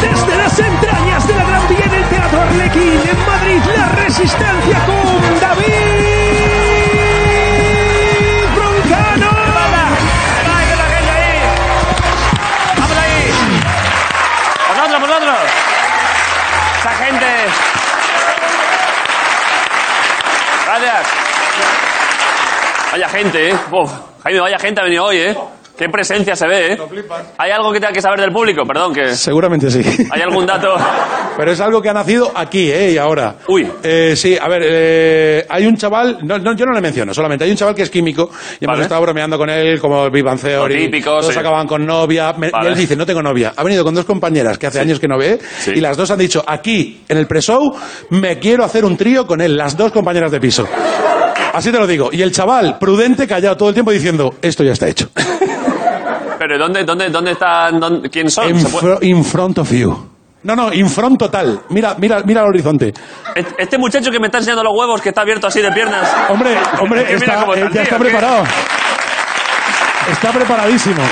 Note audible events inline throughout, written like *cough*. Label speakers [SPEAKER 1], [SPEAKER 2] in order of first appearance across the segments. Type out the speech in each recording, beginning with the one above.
[SPEAKER 1] Desde las entrañas de la Gran Vía del Teatro Arlequín en Madrid, la resistencia con David Broncano.
[SPEAKER 2] ¡Vámonos ahí! ¡Vosotros, vosotros! ¡Esa gente! Gracias. Vaya gente, ¿eh? Uf, Jaime, vaya gente ha venido hoy, ¿eh? Qué presencia se ve, ¿eh? ¿Hay algo que tenga que saber del público? Perdón, que... *laughs*
[SPEAKER 3] Seguramente sí.
[SPEAKER 2] ¿Hay algún dato?
[SPEAKER 3] Pero es algo que ha nacido aquí, ¿eh? Y ahora.
[SPEAKER 2] Uy.
[SPEAKER 3] Eh, sí, a ver, eh, hay un chaval, no, no, yo no le menciono solamente, hay un chaval que es químico y hemos
[SPEAKER 2] Vale.
[SPEAKER 3] estado bromeando con él como Vivan Theory.
[SPEAKER 2] Lo típico,
[SPEAKER 3] todos
[SPEAKER 2] sí.
[SPEAKER 3] acababan con novia. me-
[SPEAKER 2] Vale.
[SPEAKER 3] Y él dice, no tengo novia. Ha venido con dos compañeras que hace años que no ve
[SPEAKER 2] Sí.
[SPEAKER 3] y las dos han dicho, aquí, en el pre-show, me quiero hacer un trío con él, las dos compañeras de piso. Así te lo digo. Y el chaval, prudente, callado todo el tiempo diciendo, esto ya está hecho.
[SPEAKER 2] ¿Pero dónde, dónde, dónde están? dónde- ¿Quién son?
[SPEAKER 3] In,
[SPEAKER 2] Ah, ¿Se puede-
[SPEAKER 3] fro- in front of you. No, no, in front total. Mira, mira, mira el horizonte.
[SPEAKER 2] Este- Este muchacho que me está enseñando los huevos, que está abierto así de piernas. *laughs*
[SPEAKER 3] Hombre, hombre,
[SPEAKER 2] Que mira
[SPEAKER 3] está-
[SPEAKER 2] cómo
[SPEAKER 3] eh,
[SPEAKER 2] está el
[SPEAKER 3] ya
[SPEAKER 2] tío,
[SPEAKER 3] está
[SPEAKER 2] ¿qué?
[SPEAKER 3] preparado. Está preparadísimo.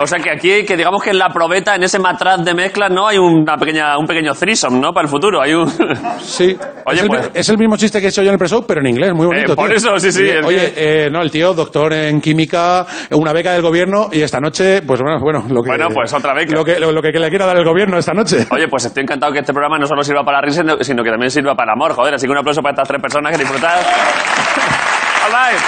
[SPEAKER 2] O sea que aquí, que digamos que en la probeta, en ese matraz de mezclas, no hay una pequeña, un pequeño threesome, ¿no? Para el futuro. Hay un... *laughs*
[SPEAKER 3] Sí.
[SPEAKER 2] Oye,
[SPEAKER 3] es, el,
[SPEAKER 2] pues.
[SPEAKER 3] es el mismo chiste que he hecho yo en el preso, pero en inglés, muy bonito.
[SPEAKER 2] Eh, por
[SPEAKER 3] tío.
[SPEAKER 2] eso, sí, sí, es
[SPEAKER 3] Oye, eh, no, el tío, doctor en química, una beca del gobierno, y esta noche, pues bueno, bueno, lo que.
[SPEAKER 2] Bueno, pues otra beca.
[SPEAKER 3] Lo que, lo, lo que le quiera dar el gobierno esta
[SPEAKER 2] *laughs*
[SPEAKER 3] noche.
[SPEAKER 2] Oye, pues estoy encantado que este programa no solo sirva para risa, sino que también sirva para amor, joder. Así que un aplauso para estas tres personas que disfrutad. All right.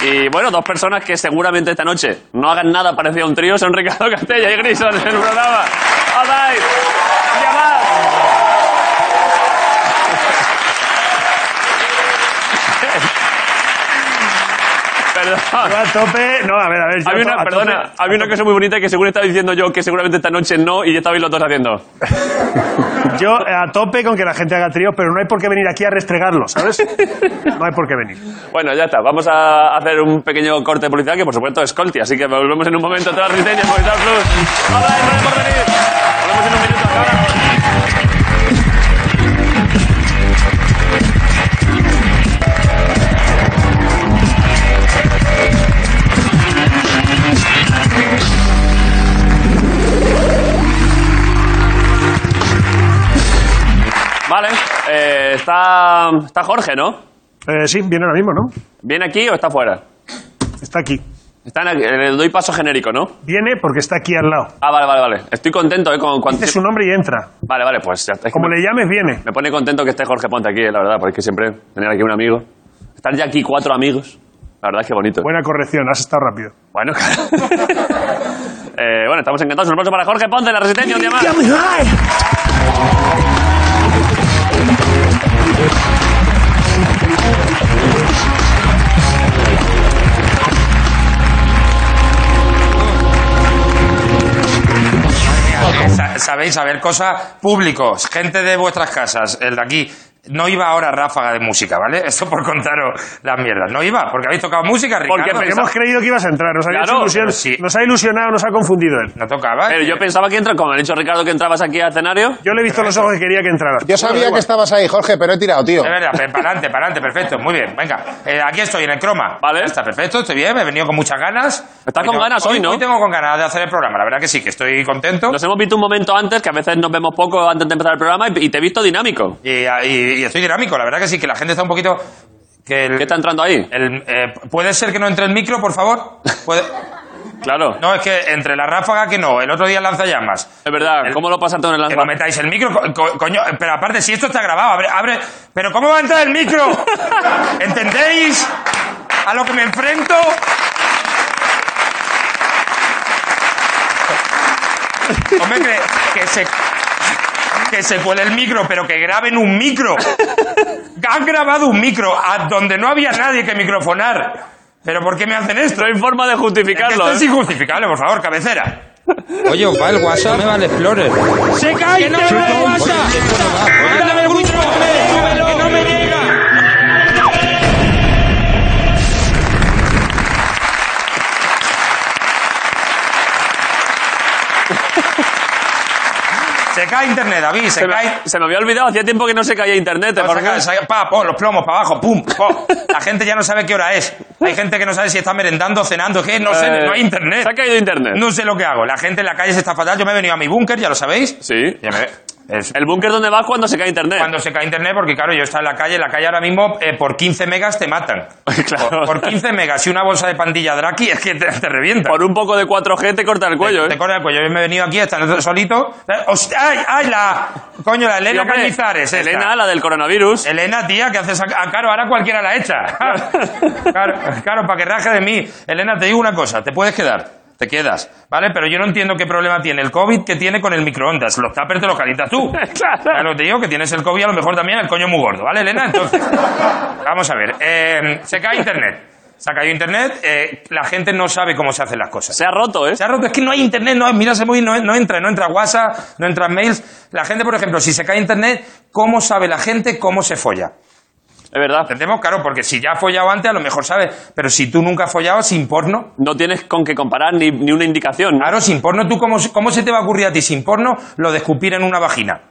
[SPEAKER 2] Y bueno, dos personas que seguramente esta noche no hagan nada parecido a un trío son Ricardo Castella y Grison en el programa. All right. Y además- *laughs* Perdón.
[SPEAKER 4] Yo a tope. No, a ver, a ver. yo
[SPEAKER 2] Había
[SPEAKER 4] a
[SPEAKER 2] una,
[SPEAKER 4] tope-
[SPEAKER 2] perdona, había una cosa muy bonita que según estaba diciendo yo que seguramente esta noche no y estabais los dos haciendo.
[SPEAKER 4] Yo eh, a tope con que la gente haga tríos, pero no hay por qué venir aquí a restregarlo, ¿sabes? No hay por qué venir.
[SPEAKER 2] Bueno, ya está. Vamos a hacer un pequeño corte de publicidad que, por supuesto, es Colti. Así que volvemos en un momento a todas Riteña, Movistar Plus. Hola, gracias por venir. Volvemos en un minuto. Hasta ahora. Vale. Eh, está, está Jorge, ¿no?
[SPEAKER 4] Eh, sí, viene ahora mismo, ¿no?
[SPEAKER 2] ¿Viene aquí o está fuera?
[SPEAKER 4] Está aquí.
[SPEAKER 2] Está en el- le doy paso genérico, ¿no?
[SPEAKER 4] Viene porque está aquí al lado.
[SPEAKER 2] Ah, vale, vale, vale. Estoy contento, ¿eh? Con, con-
[SPEAKER 5] Este
[SPEAKER 4] Dice su nombre y entra.
[SPEAKER 2] Vale, vale, pues ya está. Es que
[SPEAKER 4] Como
[SPEAKER 2] me,
[SPEAKER 4] le llames, viene.
[SPEAKER 2] me pone contento que esté Jorge Ponte aquí, eh, la verdad, porque siempre tener aquí un amigo. Están ya aquí cuatro amigos. La verdad es que bonito.
[SPEAKER 4] Buena corrección, has estado rápido.
[SPEAKER 2] Bueno, *laughs* Eh, bueno, estamos encantados. Un aplauso para Jorge Ponte, la Resistencia, un día más.
[SPEAKER 5] Sa- Sabéis, a ver, cosas públicos, gente de vuestras casas, el de aquí. No iba ahora ráfaga de música, ¿vale? *laughs* Esto por contaros las mierdas. No iba, porque habéis tocado música, Ricardo.
[SPEAKER 2] Porque
[SPEAKER 4] Hemos creído que ibas a entrar, nos, había
[SPEAKER 2] Claro,
[SPEAKER 4] hecho ilusión,
[SPEAKER 5] pero sí.
[SPEAKER 4] nos ha ilusionado, nos ha confundido él.
[SPEAKER 5] No tocaba.
[SPEAKER 2] Pero Eh, yo pensaba que entra, como ha dicho Ricardo, que entrabas aquí al escenario.
[SPEAKER 4] Yo le he visto los ojos que quería que entrara.
[SPEAKER 6] Yo sabía que estabas ahí, Jorge, pero he tirado, tío.
[SPEAKER 5] Es verdad, para adelante, para adelante, perfecto, muy bien, venga. Eh, aquí estoy en el croma.
[SPEAKER 2] Vale.
[SPEAKER 5] Ya Está perfecto, estoy bien, me he venido con muchas ganas.
[SPEAKER 2] Estás
[SPEAKER 5] Hoy
[SPEAKER 2] con
[SPEAKER 5] tengo-
[SPEAKER 2] ganas hoy, ¿no?
[SPEAKER 5] Hoy tengo con ganas de hacer el programa, la verdad que sí, que estoy contento.
[SPEAKER 2] Nos hemos visto un momento antes, que a veces nos vemos poco antes de empezar el programa, y, y te he visto dinámico.
[SPEAKER 5] Y, y- y estoy dinámico, la verdad que sí, que la gente está un poquito. Que el-
[SPEAKER 2] ¿Qué está entrando ahí?
[SPEAKER 5] el- eh, ¿Puede ser que no entre el micro, por favor? ¿Puede-
[SPEAKER 2] Claro.
[SPEAKER 5] No, es que entre la ráfaga que no, el otro día lanzallamas.
[SPEAKER 2] Es verdad,
[SPEAKER 5] El-
[SPEAKER 2] ¿cómo lo pasaste en el
[SPEAKER 5] Que no
[SPEAKER 2] lanzamiento?
[SPEAKER 5] metáis el micro, co- co- coño. Pero aparte, si esto está grabado, abre, abre. Pero ¿cómo va a entrar el micro? ¿Entendéis? ¿A lo que me enfrento? Hombre, que, que se. Que se cuele el micro, pero que graben un micro. Han grabado un micro a donde no había nadie que microfonar. ¿Pero por qué me hacen esto?
[SPEAKER 2] No hay forma de
[SPEAKER 5] Es que
[SPEAKER 2] justificarlo.
[SPEAKER 5] Esto es
[SPEAKER 2] ¿eh?
[SPEAKER 5] injustificable, por favor, cabecera. Oye, os va el WhatsApp, me va el Explorer.
[SPEAKER 7] ¡Se cae!
[SPEAKER 5] ¡Que no me va el WhatsApp! ¡Mándame el grupo, hombre! ¡Que no me llega! Se cae internet, David, se,
[SPEAKER 2] Se me,
[SPEAKER 5] cae.
[SPEAKER 2] se me había olvidado, hacía tiempo que no se caía internet.
[SPEAKER 5] Te
[SPEAKER 2] por
[SPEAKER 5] saca-
[SPEAKER 2] favor.
[SPEAKER 5] saca- pa, po, los plomos para abajo, pum, po. La gente ya no sabe qué hora es. Hay gente que no sabe si está merendando, cenando, es que no sé,
[SPEAKER 2] Eh,
[SPEAKER 5] no hay internet.
[SPEAKER 2] Se ha caído internet.
[SPEAKER 5] No sé lo que hago. La gente en la calle se está fatal. Yo me he venido a mi búnker, ya lo sabéis.
[SPEAKER 2] Sí.
[SPEAKER 5] Ya me- es-
[SPEAKER 2] El búnker donde vas cuando se cae internet.
[SPEAKER 5] Cuando se cae internet, porque claro, yo estaba en la calle, en la calle ahora mismo eh, por 15 megas te matan.
[SPEAKER 2] *laughs* Claro.
[SPEAKER 5] Por, por 15 megas y una bolsa de pandilla Draki es que te, te revienta.
[SPEAKER 2] Por un poco de 4G te corta el cuello,
[SPEAKER 5] Te
[SPEAKER 2] ¿eh?
[SPEAKER 5] corta el cuello. Yo me he venido aquí a estar solito. Hostia, ¡Ay, ay, la. Coño, la Elena
[SPEAKER 2] Hombre,
[SPEAKER 5] Cañizares. esta.
[SPEAKER 2] Elena, la del coronavirus.
[SPEAKER 5] Elena, tía, ¿qué haces? acá? Ah, claro, ahora cualquiera la echa. claro, claro, para que raje de mí. Elena, te digo una cosa, te puedes quedar. Te quedas, ¿vale? Pero yo no entiendo qué problema tiene el COVID que tiene con el microondas. Los tuppers te los calientas tú.
[SPEAKER 2] Claro.
[SPEAKER 5] Claro, te digo que tienes el COVID a lo mejor también el coño muy gordo, ¿vale, Elena? Entonces, vamos a ver. Eh, se cae Internet. Se ha caído Internet. eh, la gente no sabe cómo se hacen las cosas.
[SPEAKER 2] Se ha roto, ¿eh?
[SPEAKER 5] Se ha roto, es que no hay internet, no, hay- mira, se muy, no, no entra, no entra WhatsApp, no entran mails. La gente, por ejemplo, si se cae internet, ¿cómo sabe la gente cómo se folla?
[SPEAKER 2] Es verdad.
[SPEAKER 5] Entendemos, claro, porque si ya ha follado antes, a lo mejor sabe, pero si tú nunca has follado sin porno,
[SPEAKER 2] No tienes con qué comparar ni, ni una indicación. ¿no?
[SPEAKER 5] claro, sin porno, ¿tú cómo, cómo se te va a ocurrir a ti sin porno lo de escupir en una vagina?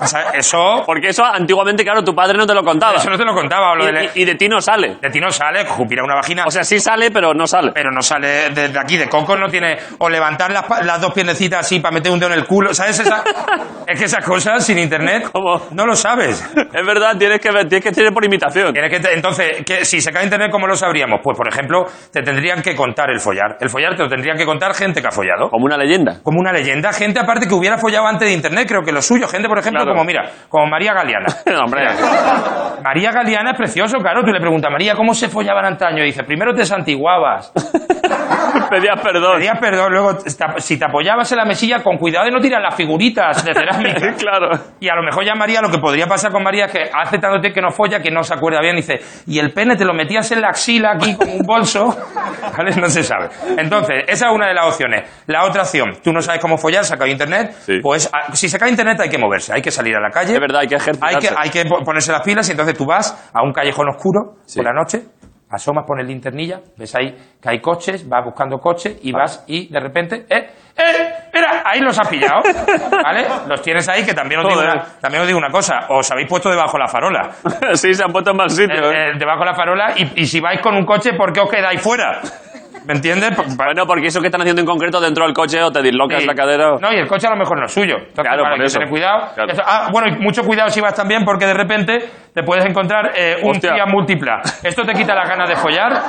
[SPEAKER 5] O sea, eso,
[SPEAKER 2] Porque eso antiguamente, claro, tu padre no te lo contaba.
[SPEAKER 5] eso no te lo contaba, o lo de,
[SPEAKER 2] Y, y- y de ti no sale.
[SPEAKER 5] de ti no sale, escupir a una vagina.
[SPEAKER 2] O sea, sí sale, pero no sale.
[SPEAKER 5] pero no sale desde aquí de coco, no tiene. O levantar las, pa- las dos piernecitas así para meter un dedo en el culo, ¿sabes? Esa-
[SPEAKER 2] *laughs*
[SPEAKER 5] es que esas cosas sin internet
[SPEAKER 2] ¿Cómo?
[SPEAKER 5] no lo sabes.
[SPEAKER 2] Es verdad, tienes que, ver- tienes que tener por imitación.
[SPEAKER 5] Tienes que te- entonces, que si se cae internet, ¿cómo lo sabríamos? Pues, por ejemplo, te tendrían que contar el follar. El follar te lo tendrían que contar gente que ha follado.
[SPEAKER 2] Como una leyenda. *laughs*
[SPEAKER 5] Como una leyenda, gente aparte que hubiera follado antes de internet, creo que lo suyo. Gente, por ejemplo,
[SPEAKER 2] Claro.
[SPEAKER 5] como mira, como María
[SPEAKER 2] *laughs*
[SPEAKER 5] Galeana.
[SPEAKER 2] Hombre.
[SPEAKER 5] María Galeana es precioso, claro. Tú le preguntas, María, ¿cómo se follaban antaño? Y dice, primero te santiguabas,
[SPEAKER 2] Pedías perdón.
[SPEAKER 5] Pedías perdón, luego te ap- si te apoyabas en la mesilla, con cuidado de no tirar las figuritas
[SPEAKER 2] *laughs*
[SPEAKER 5] de cerámica.
[SPEAKER 2] claro.
[SPEAKER 5] Y a lo mejor ya María, lo que podría pasar con María es que hace tanto tiempo que no folla, que no se acuerda bien, dice, y el pene te lo metías en la axila aquí con un bolso, *laughs* ¿vale? No se sabe. Entonces, esa es una de las opciones. La otra opción, tú no sabes cómo follar, se acaba internet,
[SPEAKER 2] Sí.
[SPEAKER 5] pues a- si se acaba internet hay que moverse, hay que salir a la calle.
[SPEAKER 2] Es verdad, hay que ejercitarse.
[SPEAKER 5] Hay que, hay que po- ponerse las pilas y entonces tú vas a un callejón oscuro por la noche, asomas, pones linternilla, ves ahí que hay coches, vas buscando coches y vas y de repente, ¡eh! ¡eh! ¡Mira! Ahí los has pillado, ¿vale? Los tienes ahí que también os, digo
[SPEAKER 2] Joder.
[SPEAKER 5] una, también os digo una cosa, os habéis puesto debajo de la farola.
[SPEAKER 2] *laughs* sí, se han puesto en mal
[SPEAKER 5] Eh,
[SPEAKER 2] sitio. ¿eh?
[SPEAKER 5] eh, debajo de la farola y, y si vais con un coche, ¿por qué os quedáis fuera? ¿Me entiendes? Pa- pa-
[SPEAKER 2] eh, Bueno, porque eso que están haciendo en concreto dentro del coche o te dislocas
[SPEAKER 5] Sí.
[SPEAKER 2] la cadera. o-
[SPEAKER 5] No, y el coche a lo mejor no es suyo. Entonces,
[SPEAKER 2] Claro,
[SPEAKER 5] claro,
[SPEAKER 2] por
[SPEAKER 5] hay que
[SPEAKER 2] eso.
[SPEAKER 5] tener cuidado.
[SPEAKER 2] Claro.
[SPEAKER 5] Eso- ah, bueno, y mucho cuidado si vas también, porque de repente te puedes encontrar eh, un
[SPEAKER 2] Hostia.
[SPEAKER 5] tía múltipla. Esto te quita las ganas
[SPEAKER 2] *laughs*
[SPEAKER 5] de follar.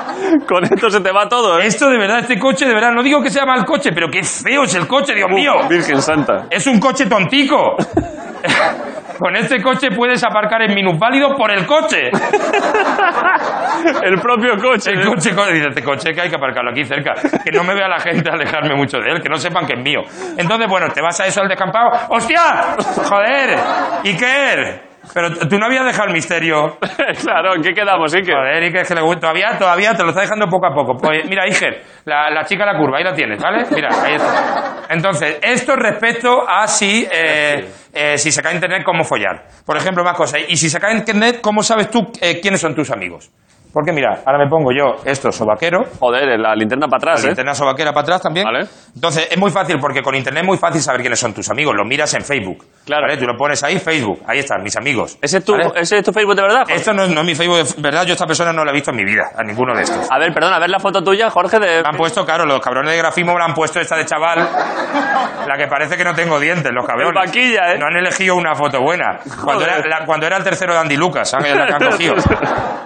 [SPEAKER 2] Con esto se te va todo, ¿eh?
[SPEAKER 5] Esto de verdad, este coche, de verdad, no digo que sea mal coche, pero qué feo es el coche, Dios mío.
[SPEAKER 2] Uf, Virgen Santa.
[SPEAKER 5] Es un coche
[SPEAKER 2] *laughs*
[SPEAKER 5] tontico. *laughs* Con este coche puedes aparcar en minusválido por el coche.
[SPEAKER 2] El propio coche.
[SPEAKER 5] El
[SPEAKER 2] ¿eh?
[SPEAKER 5] coche, co- dice, este coche que hay que aparcarlo aquí cerca. Que no me vea la gente alejarme mucho de él, que no sepan que es mío. Entonces, bueno, te vas a eso al descampado. ¡Hostia! ¡Joder! ¡Iker! Pero t- tú no habías dejado el misterio.
[SPEAKER 2] *laughs* claro, ¿en qué quedamos, Iker?
[SPEAKER 5] Joder, Iker, es que le gusta. Todavía, todavía te lo está dejando poco a poco. Pues mira, Iker, la, la chica a la curva, ahí la tienes, ¿vale? Mira, ahí está. Entonces, esto respecto a si, eh, eh, si se cae internet, cómo follar. Por ejemplo, más cosas. Y si se cae internet, ¿cómo sabes tú eh, quiénes son tus amigos? Porque mira, ahora me pongo yo esto, sobaquero.
[SPEAKER 2] Joder, la linterna para atrás,
[SPEAKER 5] La
[SPEAKER 2] ¿eh?
[SPEAKER 5] linterna sobaquera para atrás también.
[SPEAKER 2] Vale.
[SPEAKER 5] Entonces, es muy fácil, porque con internet es muy fácil saber quiénes son tus amigos. Lo miras en Facebook.
[SPEAKER 2] Claro.
[SPEAKER 5] ¿vale? Tú lo pones ahí, Facebook. Ahí están, mis amigos.
[SPEAKER 2] ¿Ese es, tu, eh,
[SPEAKER 5] ¿Vale?
[SPEAKER 2] ¿Ese es tu Facebook de verdad, Jorge?
[SPEAKER 5] Esto no es, no es mi Facebook, de- ¿verdad? Yo esta persona no la he visto en mi vida, a ninguno de estos.
[SPEAKER 2] A ver, perdona, a ver la foto tuya, Jorge, de...
[SPEAKER 5] Me han puesto, claro, los cabrones de grafismo me la han puesto esta de chaval, la que parece que no tengo dientes, los cabrones.
[SPEAKER 2] El vaquilla, ¿eh?
[SPEAKER 5] No han elegido una foto buena. Cuando era, la- cuando era el tercero de Andy Lucas, ¿sabes? La
[SPEAKER 2] *laughs*
[SPEAKER 5] que han cogido.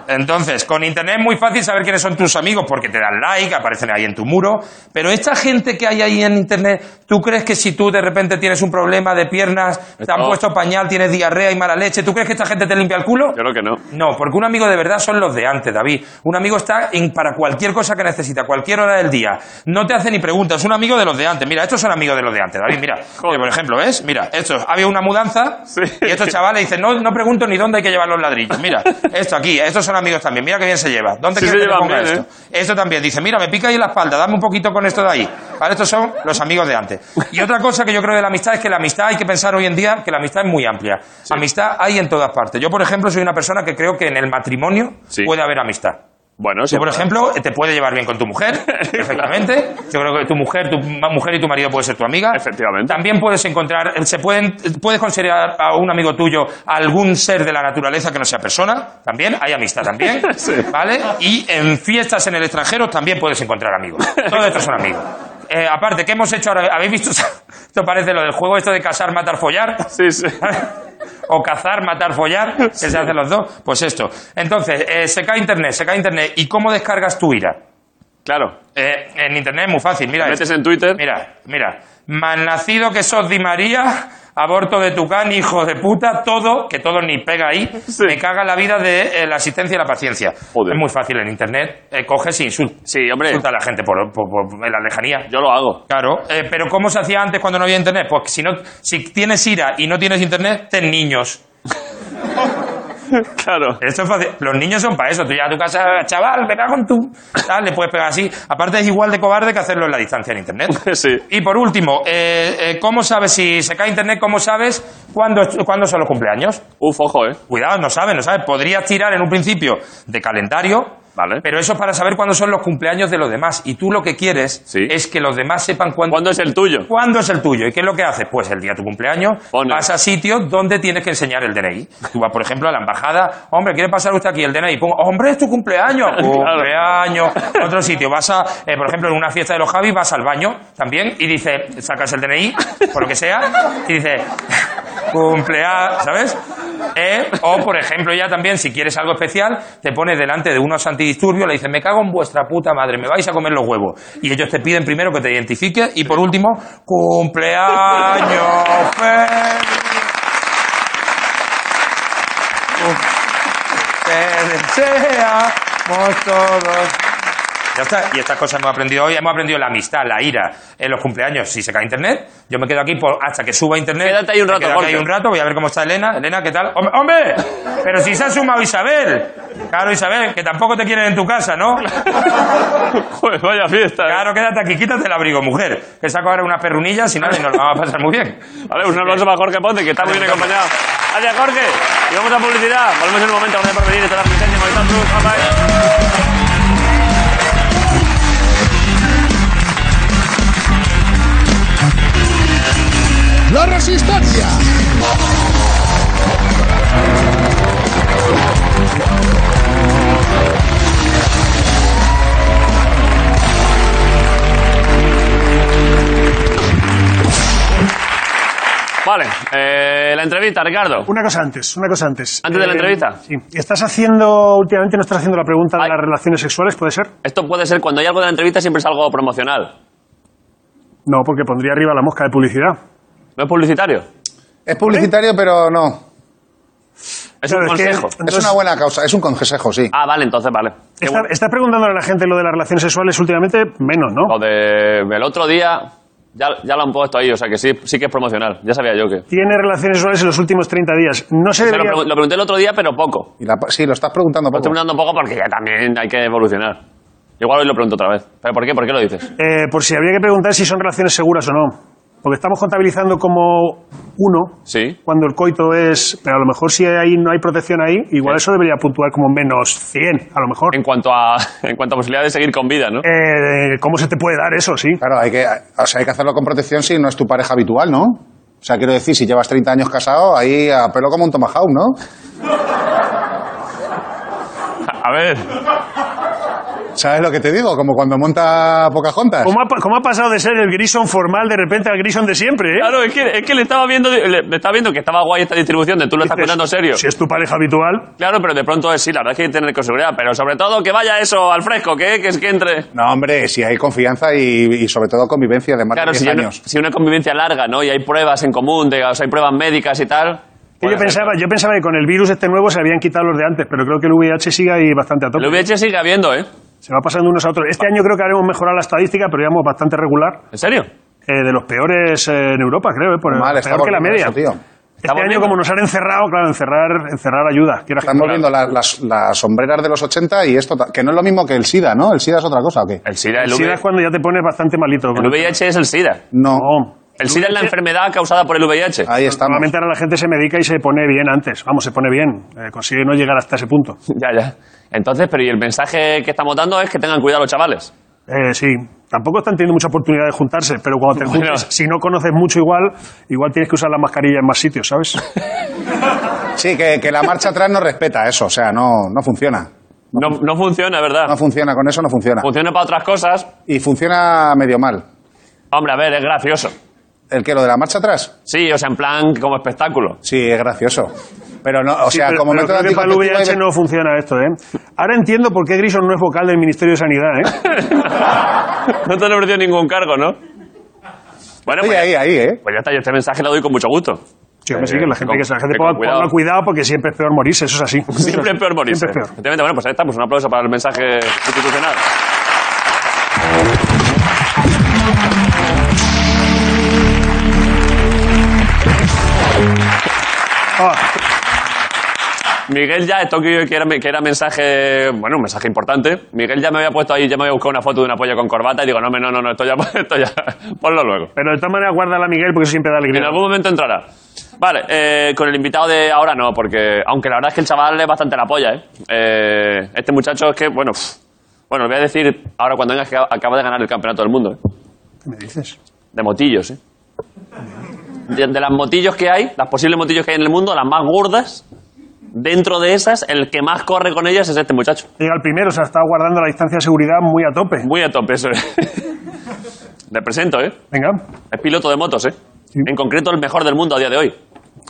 [SPEAKER 5] Entonces, con internet es muy fácil saber quiénes son tus amigos porque te dan like, aparecen ahí en tu muro. Pero esta gente que hay ahí en internet, ¿tú crees que si tú de repente tienes un problema de piernas, te han
[SPEAKER 2] No.
[SPEAKER 5] puesto pañal, tienes diarrea y mala leche, ¿tú crees que esta gente te limpia el culo?
[SPEAKER 2] Yo creo que no.
[SPEAKER 5] No, porque un amigo de verdad son los de antes, David. Un amigo está en- para cualquier cosa que necesita, cualquier hora del día. No te hace ni preguntas, un amigo de los de antes. Mira, estos son amigos de los de antes, David, mira.
[SPEAKER 2] *laughs* Joder.
[SPEAKER 5] Eh, Por ejemplo, ¿ves? Mira, estos, había una mudanza
[SPEAKER 2] Sí.
[SPEAKER 5] y estos chavales dicen, no, no pregunto ni dónde hay que llevar los ladrillos.
[SPEAKER 2] *laughs*
[SPEAKER 5] Mira, esto aquí, estos son amigos también, mira qué bien se lleva. ¿Dónde
[SPEAKER 2] Sí
[SPEAKER 5] quieres
[SPEAKER 2] se
[SPEAKER 5] que te
[SPEAKER 2] llevan
[SPEAKER 5] ponga
[SPEAKER 2] bien, ¿eh?
[SPEAKER 5] esto? Esto también, dice, mira, me pica ahí la espalda, dame un poquito con esto de ahí. Ahora estos son los amigos de antes. Y otra cosa que yo creo de la amistad es que la amistad hay que pensar hoy en día que la amistad es muy amplia. Amistad hay en todas partes. Yo, por ejemplo, soy una persona que creo que en el matrimonio
[SPEAKER 2] Sí.
[SPEAKER 5] puede haber amistad.
[SPEAKER 2] Bueno, sí.
[SPEAKER 5] Tú, por ejemplo, te puede llevar bien con
[SPEAKER 2] *laughs*
[SPEAKER 5] tu mujer, perfectamente. Yo creo que tu mujer, tu ma- mujer y tu marido puede ser tu amiga.
[SPEAKER 2] Efectivamente.
[SPEAKER 5] También puedes encontrar, se pueden, puedes considerar a un amigo tuyo algún ser de la naturaleza que no sea persona. También hay amistad también,
[SPEAKER 2] *laughs* Sí.
[SPEAKER 5] ¿vale? Y en fiestas en el extranjero también puedes encontrar amigos. Todos estos son amigos. Eh, aparte, ¿qué hemos hecho ahora? ¿Habéis visto? *laughs* Esto parece lo del juego esto de casar, matar, follar.
[SPEAKER 2] Sí, sí.
[SPEAKER 5] *laughs* o cazar, matar, follar, que se hacen los dos, pues esto. Entonces, eh, se cae internet, se cae internet. ¿Y cómo descargas tu ira?
[SPEAKER 2] Claro.
[SPEAKER 5] Eh, en internet es muy fácil, mira.
[SPEAKER 2] Metes
[SPEAKER 5] esto.
[SPEAKER 2] en Twitter.
[SPEAKER 5] Mira, mira. Malnacido que sos Di María, aborto de Tucán, hijo de puta, todo, que todo ni pega ahí,
[SPEAKER 2] Sí.
[SPEAKER 5] me caga la vida de eh, la asistencia y la paciencia.
[SPEAKER 2] Joder.
[SPEAKER 5] Es muy fácil en internet, eh, coges y insultas.
[SPEAKER 2] Sí, hombre.
[SPEAKER 5] Insulta a la gente por, por- por- en la lejanía.
[SPEAKER 2] Yo lo hago.
[SPEAKER 5] Claro, eh, pero ¿cómo se hacía antes cuando no había internet? Pues si, no, si tienes ira y no tienes internet, ten niños.
[SPEAKER 2] Claro.
[SPEAKER 5] Esto es fácil. Los niños son para eso. Tú llegas a tu casa, chaval, pega con tu... Tal, le puedes pegar así. Aparte es igual de cobarde que hacerlo en la distancia en internet.
[SPEAKER 2] *laughs* Sí.
[SPEAKER 5] Y por último, eh, eh, ¿cómo sabes si se cae internet? ¿Cómo sabes cuándo, es- cuándo son los cumpleaños?
[SPEAKER 2] Uf, ojo, ¿eh?
[SPEAKER 5] Cuidado, no sabes, no sabes. Podrías tirar en un principio de calendario,
[SPEAKER 2] Vale.
[SPEAKER 5] pero eso es para saber cuándo son los cumpleaños de los demás. Y tú lo que quieres
[SPEAKER 2] Sí.
[SPEAKER 5] es que los demás sepan cuándo
[SPEAKER 2] ¿Cuándo es el tuyo?
[SPEAKER 5] ¿Cuándo es el tuyo? ¿Y qué es lo que haces? Pues el día de tu cumpleaños
[SPEAKER 2] Pone.
[SPEAKER 5] vas a sitios donde tienes que enseñar el DNI. Tú vas, por ejemplo, a la embajada. Hombre, ¿quiere pasar usted aquí el DNI? Pongo, hombre, es tu cumpleaños. Cumpleaños. Otro sitio. Vas a, eh, por ejemplo, en una fiesta de los Javis, vas al baño también y dice, sacas el DNI, por lo que sea, y dice, *laughs* cumpleaños, ¿sabes? Eh, o, por ejemplo, ya también, si quieres algo especial, te pones delante de unos antidisturbios, le dices, me cago en vuestra puta madre, me vais a comer los huevos. Y ellos te piden primero que te identifiques y, por último, cumpleaños feliz. Te deseamos todos. Ya está, y estas cosas hemos aprendido hoy. Hemos aprendido la amistad, la ira, en los cumpleaños. Si se cae internet, yo me quedo aquí por- hasta que suba internet.
[SPEAKER 2] Quédate ahí un
[SPEAKER 5] Me
[SPEAKER 2] rato,
[SPEAKER 5] quedo aquí
[SPEAKER 2] Jorge.
[SPEAKER 5] un rato, voy a ver cómo está Elena. Elena, ¿qué tal? ¡Hombre! ¡Hombre! Pero si se ha sumado Isabel. Claro, Isabel, que tampoco te quieren en tu casa, ¿no?
[SPEAKER 2] *laughs* Joder, vaya fiesta. ¿eh?
[SPEAKER 5] Claro, quédate aquí, quítate el abrigo, mujer. Que saco ahora unas perrunillas y nada, y nos lo vamos a pasar muy bien.
[SPEAKER 2] Vale, pues un aplauso para Jorge Ponte, que está muy bien acompañado. Gracias, Jorge. Y vamos a publicidad. Volvemos en un momento. Gracias por venir. Esta es la presencia. Movistar Plus. Bye, bye.
[SPEAKER 6] ¡La resistencia!
[SPEAKER 2] Vale, eh, la entrevista, Ricardo.
[SPEAKER 4] Una cosa antes, una cosa antes. Eh,
[SPEAKER 2] ¿Antes de la entrevista?
[SPEAKER 4] Sí. Estás haciendo, últimamente no estás haciendo la pregunta de
[SPEAKER 2] Ay.
[SPEAKER 4] las relaciones sexuales, ¿puede ser?
[SPEAKER 2] Esto puede ser, cuando hay algo de la entrevista siempre es algo promocional.
[SPEAKER 4] No, porque pondría arriba la mosca de publicidad.
[SPEAKER 2] ¿No es publicitario?
[SPEAKER 6] Es publicitario, pero no.
[SPEAKER 2] Es
[SPEAKER 4] Claro,
[SPEAKER 2] un
[SPEAKER 4] es que-
[SPEAKER 2] consejo.
[SPEAKER 6] Es
[SPEAKER 4] Entonces-
[SPEAKER 6] una buena causa, es un consejo, sí.
[SPEAKER 2] Ah, vale, entonces vale. Qué
[SPEAKER 4] Está-
[SPEAKER 2] bueno.
[SPEAKER 4] ¿Estás preguntándole a la gente lo de las relaciones sexuales últimamente? Menos, ¿no?
[SPEAKER 2] Lo de- el otro día ya, ya lo han puesto ahí, o sea que sí, sí que es promocional. Ya sabía yo que.
[SPEAKER 4] Tiene relaciones sexuales en los últimos 30 días. No se
[SPEAKER 2] Se lo,
[SPEAKER 4] debería...
[SPEAKER 2] pregun- lo pregunté el otro día, pero poco.
[SPEAKER 6] Y la pa- sí, lo estás preguntando
[SPEAKER 2] Lo estoy
[SPEAKER 6] poco.
[SPEAKER 2] preguntando poco porque ya también hay que evolucionar. Igual hoy lo pregunto otra vez. ¿Pero por qué? ¿Por qué lo dices?
[SPEAKER 4] eh, por si habría que preguntar si son relaciones seguras o no. Porque estamos contabilizando como uno
[SPEAKER 2] Sí.
[SPEAKER 4] cuando el coito es... Pero a lo mejor si ahí no hay protección ahí, igual
[SPEAKER 2] Sí.
[SPEAKER 4] eso debería puntuar como menos 100, a lo mejor.
[SPEAKER 2] En cuanto a, *laughs* en cuanto a posibilidad de seguir con vida, ¿no?
[SPEAKER 4] Eh, ¿Cómo se te puede dar eso, sí?
[SPEAKER 6] Claro, hay que, o sea, hay que hacerlo con protección si no es tu pareja habitual, ¿no? O sea, quiero decir, si llevas 30 años casado, ahí a pelo como un tomahawk, ¿no?
[SPEAKER 2] A ver.
[SPEAKER 6] ¿Sabes lo que te digo? Como cuando monta Pocahontas.
[SPEAKER 4] ¿Cómo ha, pa- cómo ha pasado de ser el Grison formal de repente al Grison de siempre? eh?
[SPEAKER 2] Claro, es que, es que le estaba viendo le, le estaba viendo que estaba guay esta distribución de tú lo estás
[SPEAKER 4] Dices,
[SPEAKER 2] contando serio.
[SPEAKER 4] Si es tu pareja habitual,
[SPEAKER 2] Claro, pero de pronto es sí, la verdad es que hay que tener con seguridad, pero sobre todo que vaya eso al fresco, que, que es que entre.
[SPEAKER 6] No, hombre, si hay confianza y, y sobre todo convivencia de más
[SPEAKER 2] Claro,
[SPEAKER 6] de
[SPEAKER 2] si,
[SPEAKER 6] 10
[SPEAKER 2] hay una-
[SPEAKER 6] años.
[SPEAKER 2] si hay una convivencia larga, ¿no? Y hay pruebas en común, de, o sea, hay pruebas médicas y tal. pues,
[SPEAKER 4] que yo,
[SPEAKER 2] Bueno, eh,
[SPEAKER 4] pensaba, yo pensaba que con el virus este nuevo se habían quitado los de antes, pero creo que el VIH sigue ahí bastante a tope.
[SPEAKER 2] El VIH sigue habiendo, ¿eh?
[SPEAKER 4] Se va pasando unos a otros. Este año creo que haremos mejorar la estadística, pero íbamos bastante regular.
[SPEAKER 2] ¿En serio?
[SPEAKER 4] eh, de los peores eh, en Europa, creo, eh, por
[SPEAKER 6] Mal, está
[SPEAKER 4] peor que la media.
[SPEAKER 6] volviendo eso, tío.
[SPEAKER 4] Este año,
[SPEAKER 2] viendo-
[SPEAKER 4] como nos han encerrado, claro, encerrar, encerrar ayuda. Quieras que
[SPEAKER 6] Estamos
[SPEAKER 4] no.
[SPEAKER 6] viendo la- las, las sombreras de los 80 y esto, ta- que no es lo mismo que el SIDA, ¿no? El SIDA es otra cosa, ¿o qué?
[SPEAKER 2] El SIDA, el,
[SPEAKER 4] El SIDA
[SPEAKER 2] V-
[SPEAKER 4] es cuando ya te pones bastante malito.
[SPEAKER 2] el VIH es el SIDA.
[SPEAKER 6] No,
[SPEAKER 4] No.
[SPEAKER 2] El SIDA es la
[SPEAKER 4] VIH
[SPEAKER 2] enfermedad causada por el VIH.
[SPEAKER 4] Ah.
[SPEAKER 6] ahí estamos.
[SPEAKER 4] Normalmente ahora la gente se medica y se pone bien antes. Vamos, se pone bien. Eh, consigue no llegar hasta ese punto.
[SPEAKER 2] *laughs* Ya, ya. Entonces, pero y el mensaje que estamos dando es que tengan cuidado los chavales.
[SPEAKER 4] Eh, sí. Tampoco están teniendo mucha oportunidad de juntarse, pero cuando te
[SPEAKER 2] *laughs*
[SPEAKER 4] juntes,
[SPEAKER 2] Bueno.
[SPEAKER 4] si no conoces mucho igual, igual tienes que usar la mascarilla en más
[SPEAKER 2] *laughs*
[SPEAKER 4] sitios, ¿sabes?
[SPEAKER 6] Sí, que, que la marcha atrás no respeta eso, o sea, no, no funciona.
[SPEAKER 2] No, no funciona, ¿verdad?
[SPEAKER 6] No funciona, con eso no funciona.
[SPEAKER 2] Funciona para otras cosas.
[SPEAKER 6] Y funciona medio mal.
[SPEAKER 2] Hombre, a ver, es gracioso.
[SPEAKER 6] ¿El que ¿Lo de la marcha atrás?
[SPEAKER 2] Sí, o sea, en plan como espectáculo. *laughs*
[SPEAKER 6] Sí, es gracioso. Pero no, o
[SPEAKER 4] Sí,
[SPEAKER 6] sea,
[SPEAKER 4] pero-
[SPEAKER 6] como
[SPEAKER 4] pero
[SPEAKER 6] método
[SPEAKER 4] creo que para el
[SPEAKER 6] anticonceptivo hay
[SPEAKER 4] VIH
[SPEAKER 6] ve-
[SPEAKER 4] no funciona esto, ¿eh? Ahora entiendo por qué Grison no es vocal del Ministerio de Sanidad, ¿eh?
[SPEAKER 2] *laughs* no te han ofrecido ningún cargo, ¿no? Bueno,
[SPEAKER 6] Oye,
[SPEAKER 2] pues,
[SPEAKER 6] ahí, ahí, ¿eh?
[SPEAKER 2] pues ya está. Yo este mensaje lo doy con mucho gusto.
[SPEAKER 4] Sí, hombre, sí, que la gente,
[SPEAKER 2] con-
[SPEAKER 4] que se- la gente
[SPEAKER 2] que con
[SPEAKER 4] ponga
[SPEAKER 2] cuidado.
[SPEAKER 4] ponga cuidado porque siempre es peor morirse, eso es así.
[SPEAKER 2] *laughs* Siempre es peor morirse.
[SPEAKER 4] Siempre es peor.
[SPEAKER 2] Efectivamente, bueno, pues ahí está. Pues un aplauso para el mensaje institucional.
[SPEAKER 4] Ah,
[SPEAKER 2] Miguel ya, esto que que era, que era mensaje, bueno, un mensaje importante. Miguel ya me había puesto ahí, ya me había buscado una foto de una polla con corbata y digo, no, hombre, no, no, no, esto ya, *laughs* esto ya, ponlo luego.
[SPEAKER 4] pero de todas maneras, guárdala, Miguel, porque eso siempre da
[SPEAKER 2] En
[SPEAKER 4] alegría.
[SPEAKER 2] algún momento entrará. Vale, eh, con el invitado de ahora no, porque aunque la verdad es que el chaval es bastante la polla, ¿eh? Eh, este muchacho es que, bueno, pff, bueno, lo voy a decir ahora cuando venga que acaba de ganar el campeonato del mundo, ¿eh?
[SPEAKER 4] ¿Qué me dices?
[SPEAKER 2] de motillos, ¿eh? De, de las motillos que hay, las posibles motillos que hay en el mundo, las más gordas, dentro de esas, el que más corre con ellas es este muchacho.
[SPEAKER 4] Llega el primero, o sea, está guardando la distancia de seguridad muy a tope.
[SPEAKER 2] Muy a tope eso. es. *laughs* Le presento, ¿eh?
[SPEAKER 4] Venga.
[SPEAKER 2] Es piloto de motos, ¿eh?
[SPEAKER 4] Sí.
[SPEAKER 2] En concreto, el mejor del mundo a día de hoy.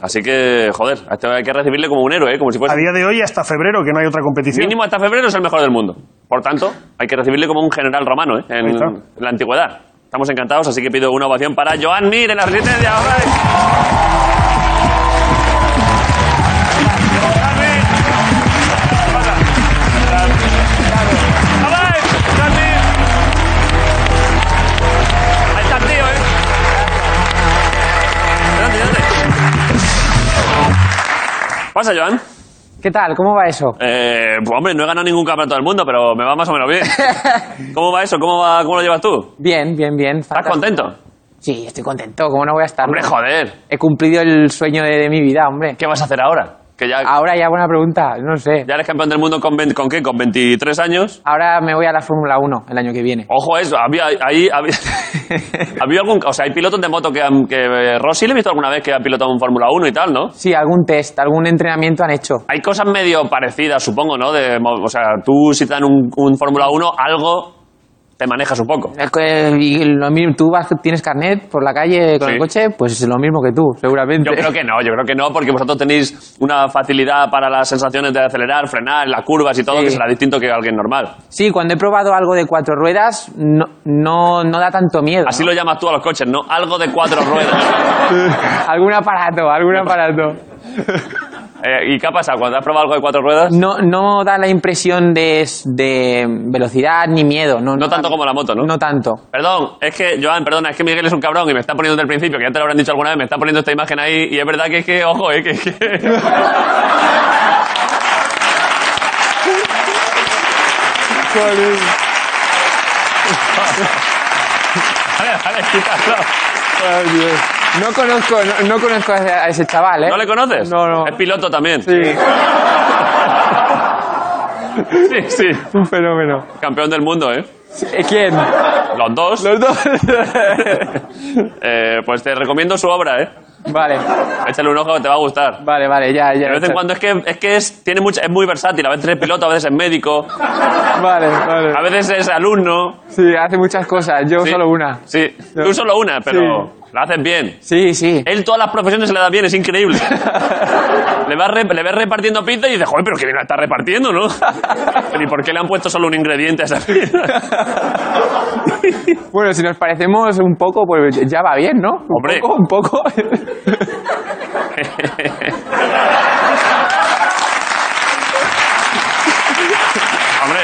[SPEAKER 2] Así que, joder, a este hay que recibirle como un héroe, ¿eh? Como si
[SPEAKER 4] A
[SPEAKER 2] fuese...
[SPEAKER 4] día de hoy hasta febrero, que no hay otra competición.
[SPEAKER 2] Mínimo hasta febrero es el mejor del mundo. Por tanto, hay que recibirle como un general romano, ¿eh? En,
[SPEAKER 4] Ahí está.
[SPEAKER 2] en la antigüedad. Estamos encantados, así que pido una ovación para Joan Mir en la resistencia. ¡Ole! Joan Mir. Hola. Hola, Joan Mir. Ahí está el tío, ¿eh? Adelante, adelante. Pasa, Joan.
[SPEAKER 7] ¿Qué tal? ¿Cómo va eso?
[SPEAKER 2] Eh, pues hombre, no he ganado ningún campeonato del mundo, pero me va más o menos bien. ¿Cómo va eso? ¿Cómo, va, cómo lo llevas tú?
[SPEAKER 7] Bien, bien, bien.
[SPEAKER 2] ¿Estás
[SPEAKER 7] fantástico.
[SPEAKER 2] contento?
[SPEAKER 7] Sí, estoy contento. ¿Cómo no voy a estar?
[SPEAKER 2] Hombre, joder.
[SPEAKER 7] He cumplido el sueño de, de mi vida, hombre.
[SPEAKER 2] ¿Qué vas a hacer ahora? Que ya,
[SPEAKER 7] Ahora ya buena pregunta, no sé.
[SPEAKER 2] ya eres campeón del mundo con, vein- ¿con qué? ¿Con 23 años?
[SPEAKER 7] Ahora me voy a la Fórmula 1 el año que
[SPEAKER 2] *laughs*
[SPEAKER 7] viene.
[SPEAKER 2] Ojo a eso, había, ahí, había, *laughs* había algún... O sea, hay pilotos de moto que... han- que eh, Rossi le he visto alguna vez que ha pilotado un Fórmula 1 y tal, ¿no?
[SPEAKER 7] Sí, algún test, algún entrenamiento han hecho.
[SPEAKER 2] Hay cosas medio parecidas, supongo, ¿no? De, mo- o sea, tú si te dan un, un Fórmula 1, algo te manejas un poco.
[SPEAKER 7] Es que- y lo mismo, tú vas, tienes carnet por la calle con
[SPEAKER 2] Sí.
[SPEAKER 7] el coche, pues lo mismo que tú, seguramente.
[SPEAKER 2] Yo creo que no, yo creo que no, porque vosotros tenéis una facilidad para las sensaciones de acelerar, frenar, las curvas y todo,
[SPEAKER 7] Sí.
[SPEAKER 2] que será distinto que alguien normal.
[SPEAKER 7] Sí, cuando he probado algo de cuatro ruedas, no, no, no da tanto miedo.
[SPEAKER 2] Así
[SPEAKER 7] ¿no?
[SPEAKER 2] lo llamas tú a los coches, ¿no? Algo de cuatro
[SPEAKER 7] *laughs*
[SPEAKER 2] ruedas.
[SPEAKER 7] Algún aparato, algún aparato.
[SPEAKER 2] Eh, ¿Y qué ha pasado? ¿Cuando has probado algo de cuatro ruedas?
[SPEAKER 7] No, no da la impresión de, de velocidad ni miedo. No,
[SPEAKER 2] No tanto como la moto, ¿no?
[SPEAKER 7] No tanto.
[SPEAKER 2] Perdón, es que, Joan, perdona, es que Miguel es un cabrón y me está poniendo desde el principio, que ya te lo habrán dicho alguna vez, me está poniendo esta imagen ahí y es verdad que es que, ojo, eh, que, que... *laughs* Vale, vale, quítalo.
[SPEAKER 7] No conozco, no, no conozco a ese chaval, ¿eh?
[SPEAKER 2] ¿No le conoces?
[SPEAKER 7] No, no.
[SPEAKER 2] Es piloto también.
[SPEAKER 7] Sí,
[SPEAKER 2] sí, sí.
[SPEAKER 7] un fenómeno.
[SPEAKER 2] Campeón del mundo, ¿eh?
[SPEAKER 7] Eh, ¿Quién?
[SPEAKER 2] Los dos.
[SPEAKER 7] Los dos.
[SPEAKER 2] *laughs* Eh, pues te recomiendo su obra, ¿eh?
[SPEAKER 7] vale,
[SPEAKER 2] Échale un ojo que te va a gustar.
[SPEAKER 7] vale, vale, ya, ya.
[SPEAKER 2] De vez en cuando es que es, que es, tiene mucha, es muy versátil. A veces es piloto, a veces es médico,
[SPEAKER 7] Vale, vale.
[SPEAKER 2] a veces es alumno.
[SPEAKER 7] Sí, hace muchas cosas, yo
[SPEAKER 2] Sí.
[SPEAKER 7] solo una.
[SPEAKER 2] Sí, tú solo una, pero la haces bien.
[SPEAKER 7] Sí, sí.
[SPEAKER 2] Él todas las profesiones se le da bien, es increíble. le, vas rep- le ves repartiendo pizza y dices, joder, pero que bien la está repartiendo, ¿no? *laughs* ¿Y por qué le han puesto solo un ingrediente a esa pizza?
[SPEAKER 7] *laughs* Bueno, si nos parecemos un poco, pues ya va bien, ¿no? Un
[SPEAKER 2] Hombre.
[SPEAKER 7] poco, un
[SPEAKER 2] *laughs*
[SPEAKER 7] poco.
[SPEAKER 2] Hombre.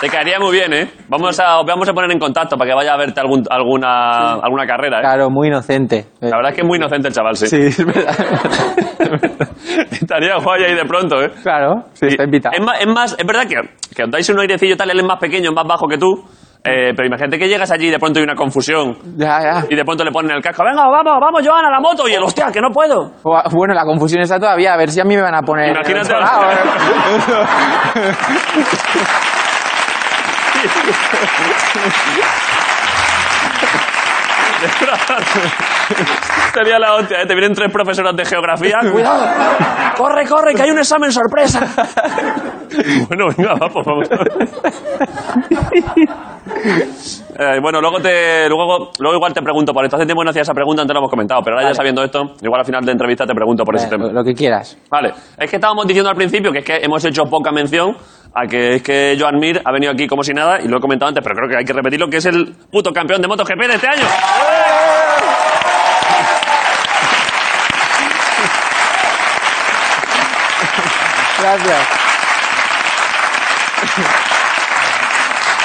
[SPEAKER 2] Te cae quedaría muy bien, ¿eh? Vamos a, os vamos a poner en contacto para que vaya a verte algún, alguna, alguna carrera, ¿eh?
[SPEAKER 7] Claro, muy inocente.
[SPEAKER 2] La verdad es que es muy inocente el chaval, sí.
[SPEAKER 7] Sí, es verdad.
[SPEAKER 2] *laughs* Estaría guay ahí de pronto, ¿eh?
[SPEAKER 7] claro, sí, está
[SPEAKER 2] Y-
[SPEAKER 7] invitado.
[SPEAKER 2] Es, más, es más- es verdad que, que os dais un airecillo tal, él es más pequeño, es más bajo que tú. eh, pero imagínate que llegas allí y de pronto hay una confusión.
[SPEAKER 7] Ya, ya.
[SPEAKER 2] Y de pronto le ponen el casco. Venga, vamos, vamos, Joan, a la moto. Y el hostia, que no puedo.
[SPEAKER 7] O a- Bueno, la confusión está todavía. A ver si a mí me van a poner. en el
[SPEAKER 2] Imagínate.
[SPEAKER 7] otro lado, ¿eh?
[SPEAKER 2] Sería la hostia, ¿eh? Te vienen tres profesoras de geografía. Cuidado. Corre, corre, que hay un examen sorpresa. bueno, venga, vamos, vamos. Eh, bueno, luego te luego, luego igual te pregunto por esto. Hace tiempo que no hacía esa pregunta, antes lo hemos comentado, pero ahora ya sabiendo esto, igual al final de la entrevista te pregunto por ese
[SPEAKER 7] Eh,
[SPEAKER 2] tema.
[SPEAKER 7] lo- Lo que quieras.
[SPEAKER 2] Vale, es que estábamos diciendo al principio que es que hemos hecho poca mención a que es que Joan Mir ha venido aquí como si nada, y lo he comentado antes, pero creo que hay que repetirlo, que es el puto campeón de MotoGP de este año.
[SPEAKER 7] Gracias.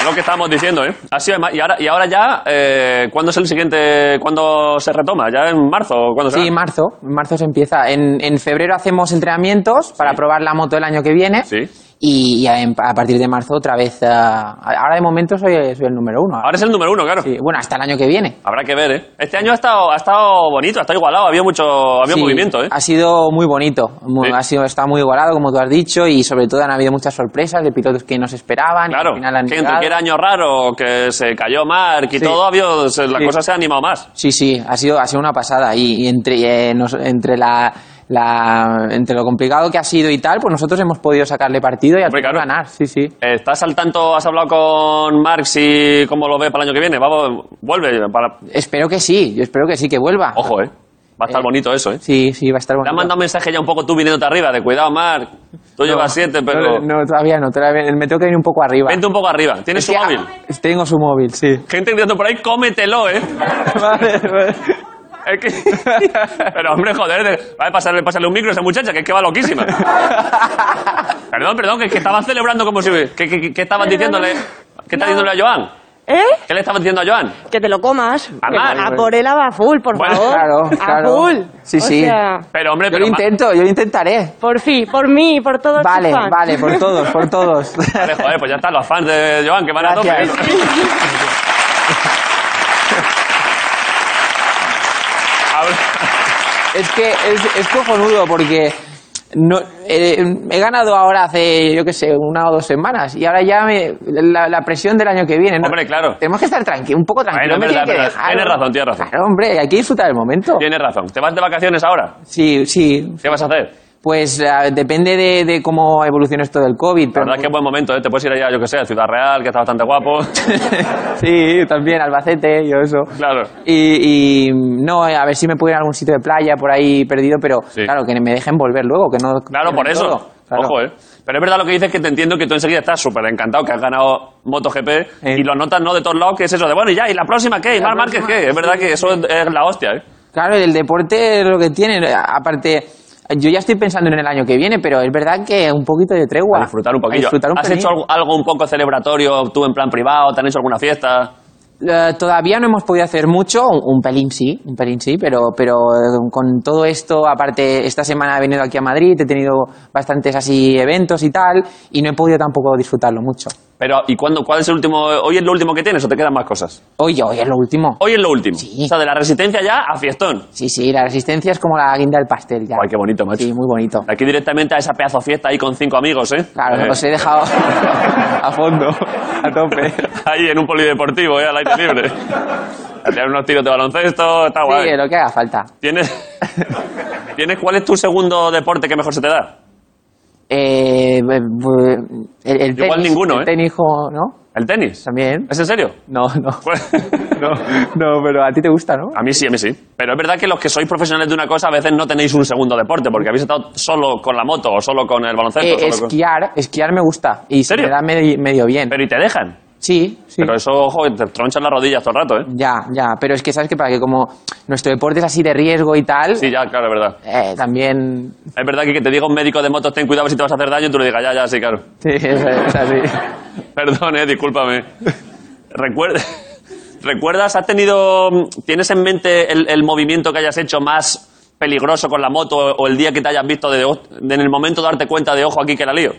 [SPEAKER 2] Lo que estábamos diciendo, ¿eh? Así además, y ahora, y ahora ya, eh, ¿cuándo es el siguiente, cuándo se retoma? ¿Ya en marzo o cuándo será?
[SPEAKER 7] Sí, marzo. En marzo se empieza. En, en febrero hacemos entrenamientos para probar la moto el año que viene.
[SPEAKER 2] Sí.
[SPEAKER 7] Y, y a, en- a partir de marzo otra vez. ah, ahora de momento soy, soy el número uno.
[SPEAKER 2] Ahora es el número uno, claro.
[SPEAKER 7] Sí, bueno, hasta el año que viene.
[SPEAKER 2] Habrá que ver, ¿eh? Este año ha estado, ha estado bonito, ha estado igualado, ha habido mucho ha habido
[SPEAKER 7] Sí,
[SPEAKER 2] movimiento, ¿eh?
[SPEAKER 7] Ha sido muy bonito, muy-
[SPEAKER 2] Sí.
[SPEAKER 7] ha sido, está muy igualado, como tú has dicho, y sobre todo han habido muchas sorpresas de pilotos que no se esperaban. y
[SPEAKER 2] Claro,
[SPEAKER 7] al final han
[SPEAKER 2] que entre
[SPEAKER 7] llegado.
[SPEAKER 2] que era año raro, que se cayó Mark y
[SPEAKER 7] Sí.
[SPEAKER 2] todo, ha habido, se- la
[SPEAKER 7] Sí.
[SPEAKER 2] cosa se ha animado más.
[SPEAKER 7] Sí, sí, ha sido, ha sido una pasada. Y, y entre, eh, nos- entre, la, la- entre lo complicado que ha sido y tal, pues nosotros hemos podido sacarle partido y al
[SPEAKER 2] Hombre,
[SPEAKER 7] final
[SPEAKER 2] claro.
[SPEAKER 7] ganar. Sí, sí.
[SPEAKER 2] ¿Estás al tanto? ¿Has hablado con Marx y cómo lo ve para el año que viene? Vamos, vuelve. Para...
[SPEAKER 7] Espero que sí, yo espero que sí, que vuelva.
[SPEAKER 2] Ojo, ¿eh? Va a estar
[SPEAKER 7] Eh,
[SPEAKER 2] bonito eso, ¿eh?
[SPEAKER 7] Sí, sí, va a estar
[SPEAKER 2] Te
[SPEAKER 7] bonito.
[SPEAKER 2] han mandado mensaje ya un poco tú viniéndote arriba, de cuidado, Marc. Tú llevas siete, pero...
[SPEAKER 7] No, no, todavía no, todavía me tengo que ir un poco arriba.
[SPEAKER 2] Vente un poco arriba. ¿Tienes
[SPEAKER 7] Es
[SPEAKER 2] su
[SPEAKER 7] que-
[SPEAKER 2] móvil?
[SPEAKER 7] Tengo su móvil, sí. *laughs*
[SPEAKER 2] Gente gritando por ahí, cómetelo, ¿eh?
[SPEAKER 7] vale, vale.
[SPEAKER 2] Es que... *laughs* Pero, hombre, joder, de- vale, pasarle, pasarle un micro a esa muchacha, que es que va
[SPEAKER 7] *laughs*
[SPEAKER 2] loquísima. perdón, perdón, que, es que estabas celebrando como si... ¿Qué que, que estabas diciéndole? ¿Qué estás diciéndole a Joan?
[SPEAKER 8] ¿Eh?
[SPEAKER 2] ¿Qué le estabas diciendo a Joan?
[SPEAKER 8] Que te lo comas.
[SPEAKER 2] Amar.
[SPEAKER 8] A por él a full, por
[SPEAKER 2] Bueno,
[SPEAKER 8] favor.
[SPEAKER 7] claro,
[SPEAKER 8] a
[SPEAKER 7] claro.
[SPEAKER 8] full.
[SPEAKER 7] Sí,
[SPEAKER 8] O
[SPEAKER 7] sí.
[SPEAKER 8] sea,
[SPEAKER 2] Pero, hombre,
[SPEAKER 7] Yo
[SPEAKER 2] pero...
[SPEAKER 7] lo
[SPEAKER 2] Ma-
[SPEAKER 7] intento, yo lo intentaré.
[SPEAKER 8] por fin, por mí, por todos
[SPEAKER 7] Vale,
[SPEAKER 8] tus fans.
[SPEAKER 7] vale, por todos, por todos.
[SPEAKER 2] Vale, joder, pues ya están los fans de Joan, que van a tope. ¿eh?
[SPEAKER 7] Gracias.
[SPEAKER 2] Habla-
[SPEAKER 7] Es que es, es cojonudo porque no, eh, he ganado ahora hace, yo qué sé, una o dos semanas y ahora ya me, la, la presión del año que viene. ¿no?
[SPEAKER 2] Hombre, claro.
[SPEAKER 7] Tenemos que estar tranqui, un poco tranquilos.
[SPEAKER 2] Bueno,
[SPEAKER 7] me
[SPEAKER 2] es verdad,
[SPEAKER 7] tienen que
[SPEAKER 2] es verdad.
[SPEAKER 7] dejar,
[SPEAKER 2] Tienes
[SPEAKER 7] ¿no?
[SPEAKER 2] razón, tienes razón.
[SPEAKER 7] Claro, hombre, hay que disfrutar el momento.
[SPEAKER 2] Tienes razón. ¿Te vas de vacaciones ahora?
[SPEAKER 7] Sí, sí.
[SPEAKER 2] ¿Qué vas a hacer?
[SPEAKER 7] Pues ah, depende de, de cómo evolucione esto del COVID.
[SPEAKER 2] La
[SPEAKER 7] Pero
[SPEAKER 2] verdad es que es buen momento, ¿eh? Te puedes ir allá, yo que sé, a Ciudad Real, que está bastante guapo. *laughs*
[SPEAKER 7] *laughs* sí, también Albacete, yo eso.
[SPEAKER 2] Claro.
[SPEAKER 7] Y, y, no, a ver si me puedo ir a algún sitio de playa por ahí perdido, pero
[SPEAKER 2] Sí.
[SPEAKER 7] claro, que me dejen volver luego, que no...
[SPEAKER 2] Claro, por eso.
[SPEAKER 7] todo. Claro.
[SPEAKER 2] Ojo, ¿eh? Pero es verdad lo que dices que te entiendo que tú enseguida estás súper encantado que has ganado MotoGP
[SPEAKER 7] Eh.
[SPEAKER 2] y lo notas, ¿no? De todos lados, que es eso de, bueno, y ya, ¿y la próxima qué? ¿Y Mar Márquez qué? Es verdad que eso es es la hostia, ¿eh?
[SPEAKER 7] Claro, el deporte es lo que tiene. Aparte, yo ya estoy pensando en el año que viene, pero es verdad que un poquito de tregua.
[SPEAKER 2] A disfrutar un poquillo.
[SPEAKER 7] A disfrutar un
[SPEAKER 2] ¿Has
[SPEAKER 7] pelín.
[SPEAKER 2] hecho algo, algo un poco celebratorio tú en plan privado? ¿Te han hecho alguna fiesta?
[SPEAKER 7] Eh, todavía no hemos podido hacer mucho, un, un pelín sí, un pelín sí, pero, pero eh, con todo esto, aparte, esta semana he venido aquí a Madrid, he tenido bastantes así eventos y tal, y no he podido tampoco disfrutarlo mucho.
[SPEAKER 2] Pero, ¿y cuándo, cuál es el último? ¿Hoy es lo último que tienes o te quedan más cosas?
[SPEAKER 7] Oye, hoy es lo último.
[SPEAKER 2] Hoy es lo último.
[SPEAKER 7] Sí.
[SPEAKER 2] O sea, de la resistencia ya a fiestón.
[SPEAKER 7] Sí, sí, la resistencia es como la guinda del pastel ya.
[SPEAKER 2] Ay, qué bonito, macho.
[SPEAKER 7] Sí, muy bonito.
[SPEAKER 2] De Aquí directamente a esa pedazo de fiesta ahí con cinco amigos, ¿eh?
[SPEAKER 7] Claro,
[SPEAKER 2] Eh,
[SPEAKER 7] los he dejado *laughs* a fondo, a tope.
[SPEAKER 2] Ahí en un polideportivo, ¿eh? Al aire
[SPEAKER 7] *laughs*
[SPEAKER 2] libre. Tienes unos tiros de baloncesto, está guay.
[SPEAKER 7] Sí, lo que haga falta.
[SPEAKER 2] ¿Tienes, ¿Tienes cuál es tu segundo deporte que mejor se te da?
[SPEAKER 7] Eh, eh, eh, el, el
[SPEAKER 2] Yo igual
[SPEAKER 7] tenis,
[SPEAKER 2] ninguno,
[SPEAKER 7] el
[SPEAKER 2] ¿eh?
[SPEAKER 7] tenis, jo- ¿no?
[SPEAKER 2] ¿El tenis?
[SPEAKER 7] También.
[SPEAKER 2] ¿Es en serio?
[SPEAKER 7] No,
[SPEAKER 2] *laughs*
[SPEAKER 7] no.
[SPEAKER 2] Pues-
[SPEAKER 7] No, no, pero a ti te gusta, ¿no?
[SPEAKER 2] A mí sí, a mí sí. Pero es verdad que los que sois profesionales de una cosa a veces no tenéis un segundo deporte porque habéis estado solo con la moto o solo con el baloncesto.
[SPEAKER 7] Eh,
[SPEAKER 2] o solo con-
[SPEAKER 7] esquiar, esquiar me gusta. Y se
[SPEAKER 2] serio?
[SPEAKER 7] me da medi- medio, bien.
[SPEAKER 2] Pero y te dejan.
[SPEAKER 7] sí, sí. Mm.
[SPEAKER 2] Pero eso, ojo, que te tronchan las rodillas todo el rato, ¿eh?
[SPEAKER 7] Ya, ya. Pero es que sabes que para que como nuestro deporte es así de riesgo y tal,
[SPEAKER 2] Sí, ya, claro, es verdad.
[SPEAKER 7] eh, también *laughs*
[SPEAKER 2] Es verdad que, que te diga un médico de motos, ten cuidado si te vas a hacer daño, y tú le digas, ya, ya, sí, claro.
[SPEAKER 7] sí, es, es así.
[SPEAKER 2] Perdón, eh, discúlpame. Recuerda, ¿Recuerdas? ¿Has tenido. ¿Tienes en mente el, el movimiento que hayas hecho más peligroso con la moto o el día que te hayas visto de, de- en el momento de darte cuenta de ojo aquí que la lío?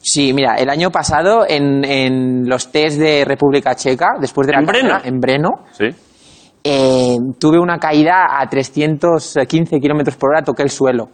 [SPEAKER 7] Sí, mira, el año pasado en, en los test de República Checa, después de la
[SPEAKER 2] ¿En Brno?
[SPEAKER 7] carrera, en Breno, eh,
[SPEAKER 2] Sí.
[SPEAKER 7] tuve una caída a 315 kilómetros por hora, toqué el suelo.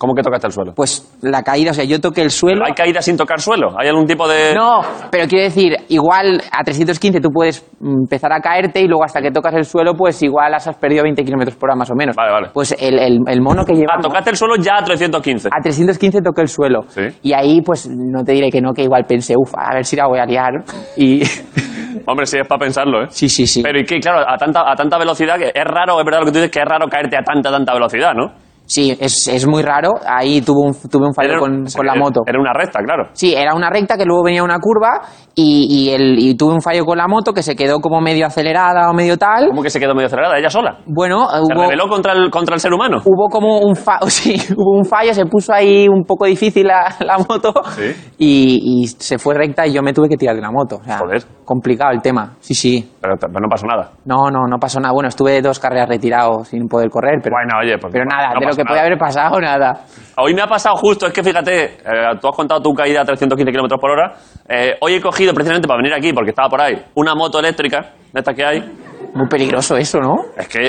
[SPEAKER 2] ¿Cómo que tocaste el suelo?
[SPEAKER 7] Pues la caída, o sea, yo toqué el suelo.
[SPEAKER 2] ¿Hay caídas sin tocar suelo? ¿Hay algún tipo de.?
[SPEAKER 7] No, pero quiero decir, igual a 315 tú puedes mm, empezar a caerte y luego hasta que tocas el suelo, pues igual has perdido 20 kilómetros por hora más o menos.
[SPEAKER 2] Vale, vale.
[SPEAKER 7] Pues el, el- el mono que lleva
[SPEAKER 2] Ah, tocaste el suelo ya a 315.
[SPEAKER 7] a 315 toqué el suelo.
[SPEAKER 2] Sí.
[SPEAKER 7] Y ahí, pues no te diré que no, que igual pensé, uff, a ver si la voy a liar. Y. *laughs*
[SPEAKER 2] Hombre, sí, es para pensarlo, ¿eh?
[SPEAKER 7] sí, sí, sí.
[SPEAKER 2] Pero y que, claro, a tanta, a tanta velocidad que es raro, es verdad lo que tú dices, que es raro caerte a tanta, tanta velocidad, ¿no?
[SPEAKER 7] Sí, es, es muy raro. Ahí tuve un, tuve un fallo
[SPEAKER 2] Era-
[SPEAKER 7] con,
[SPEAKER 2] sí,
[SPEAKER 7] con la
[SPEAKER 2] era-
[SPEAKER 7] moto.
[SPEAKER 2] Era una recta, claro.
[SPEAKER 7] Sí, era una recta que luego venía una curva y, y el, y tuve un fallo con la moto que se quedó como medio acelerada o medio tal.
[SPEAKER 2] ¿Cómo que se quedó medio acelerada? Ella sola.
[SPEAKER 7] Bueno,
[SPEAKER 2] Se
[SPEAKER 7] hubo,
[SPEAKER 2] rebeló contra el, contra el ser humano.
[SPEAKER 7] hubo como un fallo, *laughs* sí, hubo un fallo, se puso ahí un poco difícil la, la moto
[SPEAKER 2] Sí.
[SPEAKER 7] y, y se fue recta y yo me tuve que tirar de la moto. O sea,
[SPEAKER 2] Joder.
[SPEAKER 7] Complicado el tema. Sí, sí.
[SPEAKER 2] Pero, t- pero no pasó nada.
[SPEAKER 7] No, no, no pasó nada. Bueno, estuve dos carreras retirado sin poder correr, pero,
[SPEAKER 2] Bueno, oye, pues
[SPEAKER 7] pero
[SPEAKER 2] no- no
[SPEAKER 7] nada, de lo
[SPEAKER 2] pasa
[SPEAKER 7] que
[SPEAKER 2] nada.
[SPEAKER 7] podía haber pasado, nada.
[SPEAKER 2] Hoy me ha pasado justo, es que fíjate, eh, tú has contado tu caída a 315 kilómetros por hora. Eh, hoy he cogido precisamente para venir aquí, porque estaba por ahí, una moto eléctrica, de estas que hay.
[SPEAKER 7] Muy peligroso eso, ¿no?
[SPEAKER 2] Es *laughs* que.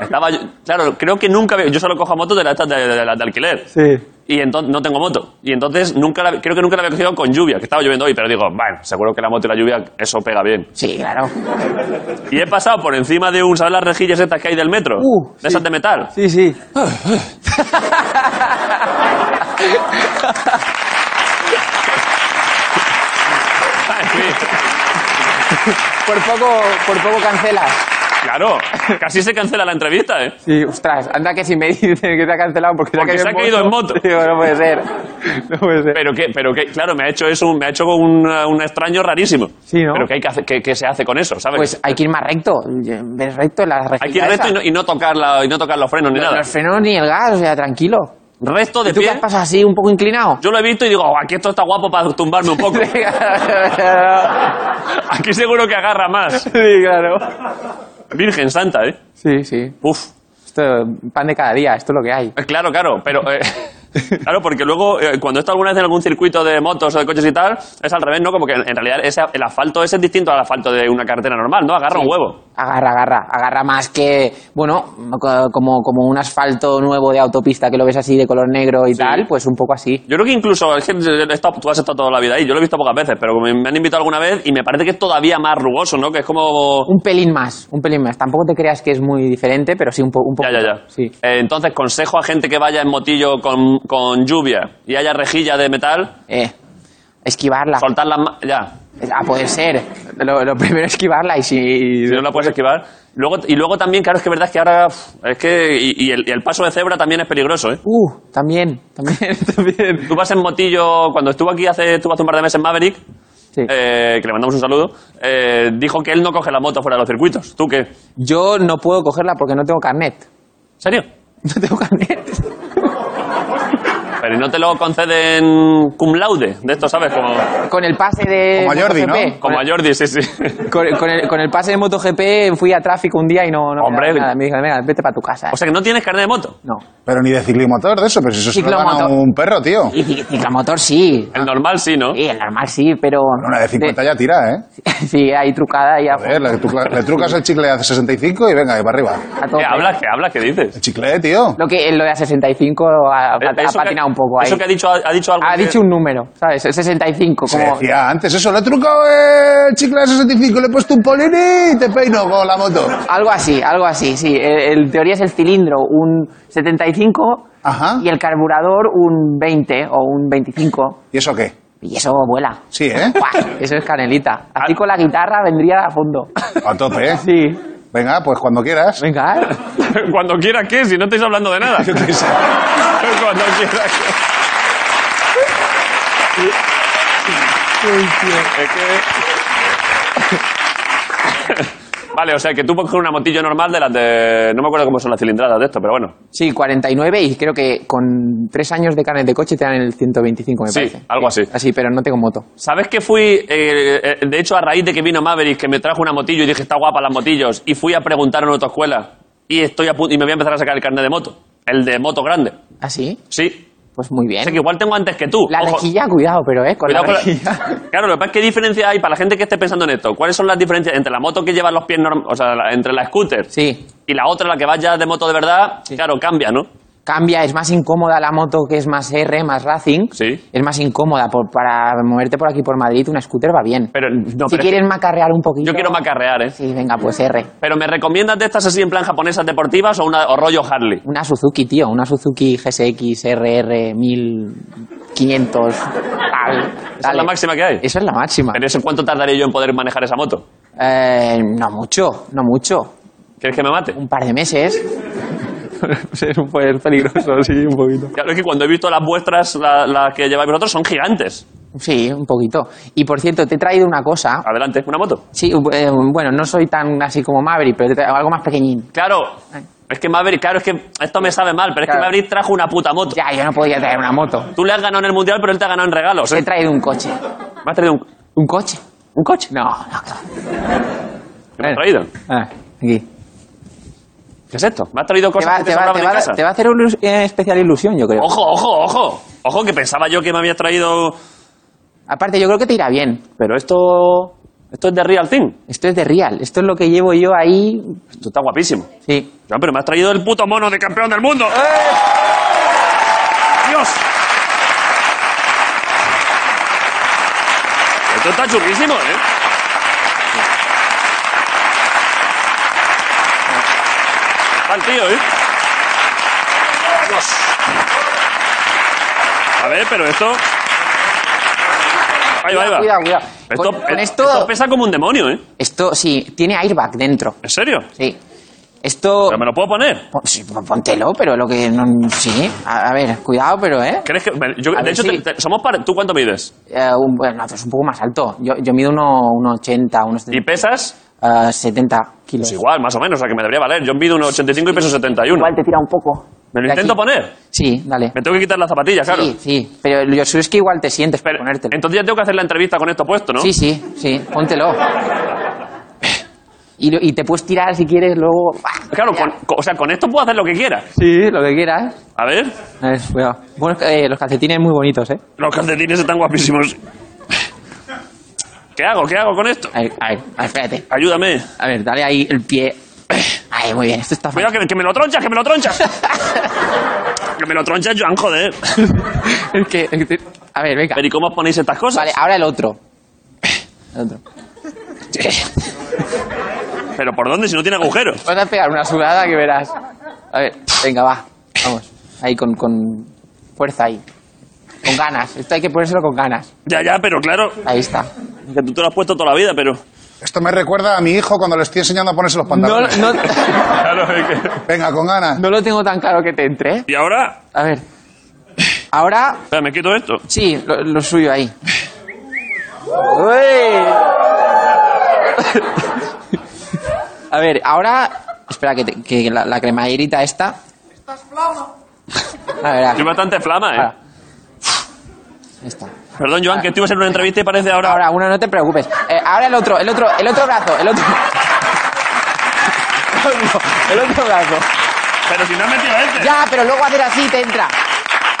[SPEAKER 2] estaba yo- Claro, creo que nunca. había- Yo solo cojo motos de las estas de, de las de alquiler. Y entonces no tengo moto. Y entonces nunca la- creo que nunca la había cogido con lluvia, que estaba lloviendo hoy, pero digo, bueno, seguro que la moto y la lluvia, eso pega bien.
[SPEAKER 7] Sí, claro.
[SPEAKER 2] Y he pasado por encima de un, ¿sabes las rejillas estas que hay del metro?
[SPEAKER 7] Uh,
[SPEAKER 2] de esas de metal.
[SPEAKER 7] Sí, sí.
[SPEAKER 2] Ay, *laughs* sí.
[SPEAKER 7] Por poco, por poco cancelas.
[SPEAKER 2] Claro, casi se cancela la entrevista, ¿eh?
[SPEAKER 7] Sí, ostras, anda que si me *laughs* dicen que te ha cancelado porque,
[SPEAKER 2] Porque se ha caído en moto.
[SPEAKER 7] *laughs* Digo, no puede ser. No puede ser.
[SPEAKER 2] Pero que, pero que, claro, me ha hecho eso, me ha hecho un, un extraño rarísimo.
[SPEAKER 7] Sí, ¿no?
[SPEAKER 2] Pero ¿qué, hay que hacer- qué- qué se hace con eso, sabes?
[SPEAKER 7] Pues hay que ir más recto. Ves recto en la
[SPEAKER 2] hay que ir recto y no, y no tocar la- y no tocar los frenos ni nada.
[SPEAKER 7] Los frenos ni el gas, o sea, tranquilo.
[SPEAKER 2] Resto de
[SPEAKER 7] ¿Y tú qué
[SPEAKER 2] pie.
[SPEAKER 7] has pasado así, un poco inclinado? *laughs*
[SPEAKER 2] Yo lo he visto y digo, "Oh, aquí esto está guapo para tumbarme un poco.
[SPEAKER 7] Sí, claro.
[SPEAKER 2] Aquí seguro que agarra más.
[SPEAKER 7] Sí, claro.
[SPEAKER 2] Virgen Santa, ¿eh?
[SPEAKER 7] Sí, sí.
[SPEAKER 2] Uf.
[SPEAKER 7] Esto, pan de cada día, esto es lo que hay.
[SPEAKER 2] Eh, Claro, claro, pero...
[SPEAKER 7] *laughs*
[SPEAKER 2] eh, claro, porque luego, eh, cuando esto alguna vez en algún circuito de motos o de coches y tal, es al revés, ¿no? Como que en realidad ese- el asfalto ese es distinto al asfalto de una carretera normal, ¿no? Agarra un huevo.
[SPEAKER 7] Agarra, agarra, agarra más que, bueno, co- como, como un asfalto nuevo de autopista que lo ves así de color negro y tal, pues un poco así.
[SPEAKER 2] Yo creo que incluso, es que he estado- tú has estado toda la vida ahí, yo lo he visto pocas veces, pero me, me han invitado alguna vez y me parece que es todavía más rugoso, ¿no? Que es como...
[SPEAKER 7] Un pelín más, un pelín más. Tampoco te creas que es muy diferente, pero sí un, po- un poco.
[SPEAKER 2] Ya, ya, ya.
[SPEAKER 7] Sí.
[SPEAKER 2] Eh, entonces, consejo a gente que vaya en motillo con, con lluvia y haya rejilla de metal,
[SPEAKER 7] Eh, esquivarla.
[SPEAKER 2] soltar las... ma- Ya,
[SPEAKER 7] A poder ser. Lo, lo primero es esquivarla y si...
[SPEAKER 2] Si no la puedes esquivar. Luego, y luego también, claro, es que verdad es que ahora. uf, Es que. Y, y el, y el paso de cebra también es peligroso, ¿eh?
[SPEAKER 7] Uh, también, también, *laughs* también.
[SPEAKER 2] Tú vas en motillo. Cuando estuvo aquí hace, estuvo hace un par de meses en Maverick,
[SPEAKER 7] Sí.
[SPEAKER 2] eh, que le mandamos un saludo, eh, dijo que él no coge la moto fuera de los circuitos. ¿Tú qué? ¿En
[SPEAKER 7] Yo no puedo cogerla porque no tengo carnet. *laughs*
[SPEAKER 2] serio?
[SPEAKER 7] No tengo carnet.
[SPEAKER 2] Pero ¿y no te lo conceden cum laude, de esto, ¿sabes? Como,
[SPEAKER 7] Con el pase de
[SPEAKER 6] Como a Jordi,
[SPEAKER 7] MotoGP.
[SPEAKER 2] como a Jordi, sí, sí.
[SPEAKER 7] Con, con el, con el pase de MotoGP fui a tráfico un día y no, no me
[SPEAKER 2] Hombre.
[SPEAKER 7] daban nada. Me dijeron, venga, vete para tu casa.
[SPEAKER 2] O sea pues que no tienes carnet de moto.
[SPEAKER 7] no.
[SPEAKER 6] Pero ni de ciclimotor de eso, pero si eso se lo dan a
[SPEAKER 7] Ciclomotor.
[SPEAKER 6] un perro, tío.
[SPEAKER 7] Y ci- ciclomotor sí.
[SPEAKER 2] El normal sí, ¿no?
[SPEAKER 7] Sí, el normal sí, pero...
[SPEAKER 6] Una de 50 ya tira, ¿eh?
[SPEAKER 7] *laughs* Sí, ahí trucada y a,
[SPEAKER 6] Joder, le, truca- le trucas el chicle a 65 y venga, y para arriba.
[SPEAKER 7] a
[SPEAKER 2] ¿Qué
[SPEAKER 7] tope.
[SPEAKER 2] Eh, hablas? ¿Qué hablas? ¿Qué dices?
[SPEAKER 6] El chicle, tío.
[SPEAKER 7] Lo que lo de a 65 ha, ha
[SPEAKER 2] Eh, eso que-
[SPEAKER 7] patinado un poco ahí.
[SPEAKER 2] Eso que ha dicho, ha, ha dicho algo.
[SPEAKER 7] ha
[SPEAKER 2] que- *laughs*
[SPEAKER 7] dicho un número, ¿sabes? El 65,
[SPEAKER 6] Se
[SPEAKER 7] como...
[SPEAKER 6] decía antes eso, le he trucado el chicle a 65, le he puesto un polini y te peino con la moto.
[SPEAKER 7] Algo así, algo así, sí. En teoría es el cilindro un 75
[SPEAKER 6] Ajá.
[SPEAKER 7] y el carburador un 20 o un 25.
[SPEAKER 6] ¿Y eso qué?
[SPEAKER 7] Y eso vuela.
[SPEAKER 6] Sí, ¿eh?
[SPEAKER 7] Buah, Eso es canelita. Así con la guitarra vendría a fondo.
[SPEAKER 6] A tope, ¿eh?
[SPEAKER 7] Sí.
[SPEAKER 6] Venga, pues cuando quieras.
[SPEAKER 7] Venga, ¿eh?
[SPEAKER 2] Cuando quieras que, si no estáis hablando de
[SPEAKER 7] *laughs*
[SPEAKER 2] nada. Cuando quieras que. Es que- Vale, o sea que tú puedes coger una motillo normal de las de. No me acuerdo cómo son las cilindradas de esto, pero bueno.
[SPEAKER 7] Sí, 49 y creo que con tres años de carnet de coche te dan el 125, me
[SPEAKER 2] Sí,
[SPEAKER 7] parece.
[SPEAKER 2] algo así.
[SPEAKER 7] Así, pero no tengo moto.
[SPEAKER 2] ¿Sabes que fui, eh, eh, de hecho, a raíz de que vino Maverick, que me trajo una motillo y dije, está guapa las motillos, y fui a preguntar en autoescuela y, estoy a punto, y me voy a empezar a sacar el carnet de moto, el de moto grande.
[SPEAKER 7] ¿Así?
[SPEAKER 2] Sí.
[SPEAKER 7] ¿Ah, Pues muy bien.
[SPEAKER 2] O sea que igual tengo antes que tú.
[SPEAKER 7] La
[SPEAKER 2] Ojo,
[SPEAKER 7] rejilla, cuidado, pero, ¿eh? Con
[SPEAKER 2] cuidado
[SPEAKER 7] la
[SPEAKER 2] con la-
[SPEAKER 7] rejilla.
[SPEAKER 2] *laughs*
[SPEAKER 6] *laughs*
[SPEAKER 2] Claro, lo que pasa es que diferencia hay para la gente que esté pensando en esto. ¿Cuáles son las diferencias entre la moto que llevan los pies norm- o sea, la- entre la scooter
[SPEAKER 7] Sí.
[SPEAKER 2] y la otra, la que vaya de moto de verdad?
[SPEAKER 7] Sí.
[SPEAKER 2] Claro, cambia, ¿no?
[SPEAKER 7] Cambia, es más incómoda la moto que es más R, más racing.
[SPEAKER 2] Sí.
[SPEAKER 7] Es más incómoda. por- para moverte por aquí por Madrid, una scooter va bien.
[SPEAKER 2] Pero no,
[SPEAKER 7] si
[SPEAKER 2] pero-
[SPEAKER 7] quieres macarrear un poquito.
[SPEAKER 2] Yo quiero macarrear, ¿eh?
[SPEAKER 7] Sí, venga, pues R.
[SPEAKER 2] Pero ¿me recomiendas de estas así en plan japonesas deportivas o, una, o rollo Harley?
[SPEAKER 7] Una Suzuki, tío, una Suzuki GSX RR 1500. Tal,
[SPEAKER 2] ¿Esa es la máxima que hay?
[SPEAKER 7] Esa es la máxima.
[SPEAKER 2] ¿En eso cuánto tardaría yo en poder manejar esa moto?
[SPEAKER 7] Eh, no mucho, no mucho.
[SPEAKER 2] ¿Quieres que me mate?
[SPEAKER 7] Un par de meses.
[SPEAKER 9] Es un poder peligroso, sí, un poquito.
[SPEAKER 2] Claro, es que cuando he visto las vuestras, la- las que lleváis vosotros, son gigantes.
[SPEAKER 7] Sí, un poquito. Y por cierto, te he traído una cosa.
[SPEAKER 2] Adelante, una moto.
[SPEAKER 7] Sí, eh, bueno, no soy tan así como Maverick, pero te traigo algo más pequeñín.
[SPEAKER 2] Claro, es que Maverick, claro, es que esto me sabe mal, pero es que
[SPEAKER 7] Claro.
[SPEAKER 2] Maverick trajo una puta moto.
[SPEAKER 7] Ya, yo no podía traer una moto.
[SPEAKER 2] Tú le has ganado en el mundial, pero él te ha ganado en regalos.
[SPEAKER 7] Te he
[SPEAKER 2] ¿eh?
[SPEAKER 7] traído un coche.
[SPEAKER 2] Me has traído un.
[SPEAKER 7] ¿Un coche? ¿Un coche? No, no, claro.
[SPEAKER 2] ¿Qué me has traído?
[SPEAKER 7] Ah, aquí.
[SPEAKER 2] ¿Qué es esto? Me has traído
[SPEAKER 7] Te
[SPEAKER 2] cosas
[SPEAKER 7] va,
[SPEAKER 2] que te
[SPEAKER 7] te va-
[SPEAKER 2] sobraban
[SPEAKER 7] te
[SPEAKER 2] en
[SPEAKER 7] va-
[SPEAKER 2] casa.
[SPEAKER 7] te va a hacer una especial ilusión, yo creo.
[SPEAKER 2] Ojo, ojo, ojo. Ojo, que pensaba yo que me habías traído.
[SPEAKER 7] Aparte, yo creo que te irá bien.
[SPEAKER 2] Pero esto. Esto es de Real Thing.
[SPEAKER 7] Esto es de real. Esto es lo que llevo yo ahí.
[SPEAKER 2] Esto está guapísimo.
[SPEAKER 7] Sí.
[SPEAKER 2] Ya, pero me has traído el puto mono de campeón del mundo.
[SPEAKER 4] Dios,
[SPEAKER 2] Esto está churrísimo, ¿eh? Está el tío, ¿eh? Dios. A ver, pero esto... Ahí va, ahí va.
[SPEAKER 7] Cuidado, cuidado.
[SPEAKER 2] Esto,
[SPEAKER 7] Con- con
[SPEAKER 2] eh,
[SPEAKER 7] esto-
[SPEAKER 2] esto pesa como un demonio, ¿eh?
[SPEAKER 7] Esto, sí, tiene airbag dentro.
[SPEAKER 2] ¿En serio?
[SPEAKER 7] Sí. Esto.
[SPEAKER 2] ¿Pero me lo puedo poner?
[SPEAKER 7] Pon- sí, pon- póntelo, pero lo que. no- sí. A, a ver, cuidado, pero, ¿eh?
[SPEAKER 2] ¿Crees que...? me- yo-
[SPEAKER 7] A
[SPEAKER 2] de
[SPEAKER 7] ver
[SPEAKER 2] hecho,
[SPEAKER 7] si-
[SPEAKER 2] te- te- somos pare- ¿Tú cuánto mides?
[SPEAKER 7] Eh, un- bueno, es un poco más alto. Yo, yo mido uno- uno 80, unos
[SPEAKER 2] ¿Y pesas?
[SPEAKER 7] eh, 70 kilos.
[SPEAKER 2] Pues igual, más o menos. O sea, que me debería valer. Yo mido unos 85 y peso 71.
[SPEAKER 7] Igual te tira un poco.
[SPEAKER 2] ¿Me lo
[SPEAKER 7] De
[SPEAKER 2] intento
[SPEAKER 7] aquí.
[SPEAKER 2] poner?
[SPEAKER 7] Sí, dale.
[SPEAKER 2] Me tengo que quitar las zapatillas, claro.
[SPEAKER 7] Sí, sí. Pero lo suyo es que igual te sientes para
[SPEAKER 2] Pero,
[SPEAKER 7] ponértelo.
[SPEAKER 2] entonces ya tengo que hacer la entrevista con esto puesto, ¿no?
[SPEAKER 7] Sí, sí, sí. Póntelo. Y, lo- y te puedes tirar si quieres luego.
[SPEAKER 2] Claro, con, con- o sea, con esto puedo hacer lo que quiera.
[SPEAKER 7] Sí, lo que quieras.
[SPEAKER 2] A ver,
[SPEAKER 7] A ver, cuidado. Bueno, eh, los calcetines muy bonitos, ¿eh?
[SPEAKER 2] los calcetines están guapísimos. ¿Qué hago? ¿Qué hago con esto?
[SPEAKER 7] A ver, a ver, a ver, espérate.
[SPEAKER 2] Ayúdame.
[SPEAKER 7] A ver, dale ahí el pie. *clears throat* Ahí, muy bien, esto está
[SPEAKER 2] Cuidado, que, que me lo tronchas, que me lo tronchas.
[SPEAKER 7] *laughs*
[SPEAKER 2] que me lo tronchas, Joan, joder.
[SPEAKER 7] Es que, es que te- A ver, venga.
[SPEAKER 2] Pero ¿y cómo os ponéis estas cosas?
[SPEAKER 7] Vale, ahora el otro. *clears throat* El otro.
[SPEAKER 2] ¿Pero por dónde? Si no tiene agujero.
[SPEAKER 7] Vas a pegar una sudada que verás. A ver, venga, va. Vamos. Ahí con, con fuerza ahí. Con ganas. Esto hay que ponérselo con ganas.
[SPEAKER 2] Ya, ya, pero claro.
[SPEAKER 7] Ahí está.
[SPEAKER 2] Que tú te lo has puesto toda la vida, pero...
[SPEAKER 6] Esto me recuerda a mi hijo cuando le estoy enseñando a ponerse los
[SPEAKER 7] No,
[SPEAKER 6] pantalones.
[SPEAKER 7] no,
[SPEAKER 2] Claro, es que-
[SPEAKER 6] Venga, con ganas.
[SPEAKER 7] no lo tengo tan claro que te entre. ¿eh?
[SPEAKER 2] Y ahora...
[SPEAKER 7] A ver. Ahora
[SPEAKER 2] Espera, me quito esto.
[SPEAKER 7] Sí, lo, lo suyo ahí. Uy. A ver, ahora. Espera, que, te- que la, la cremallerita esta. A ver,
[SPEAKER 2] Soy
[SPEAKER 7] ahora.
[SPEAKER 2] bastante flama, ¿eh?
[SPEAKER 7] Ahora. Esta.
[SPEAKER 2] Perdón, Joan, que estuvimos en una entrevista y parece ahora...
[SPEAKER 7] Ahora, uno, no te preocupes. Eh, ahora el otro, el otro, el otro brazo, el otro. *laughs* El otro brazo.
[SPEAKER 2] Pero si no has metido este.
[SPEAKER 7] Ya, pero luego hacer así te entra.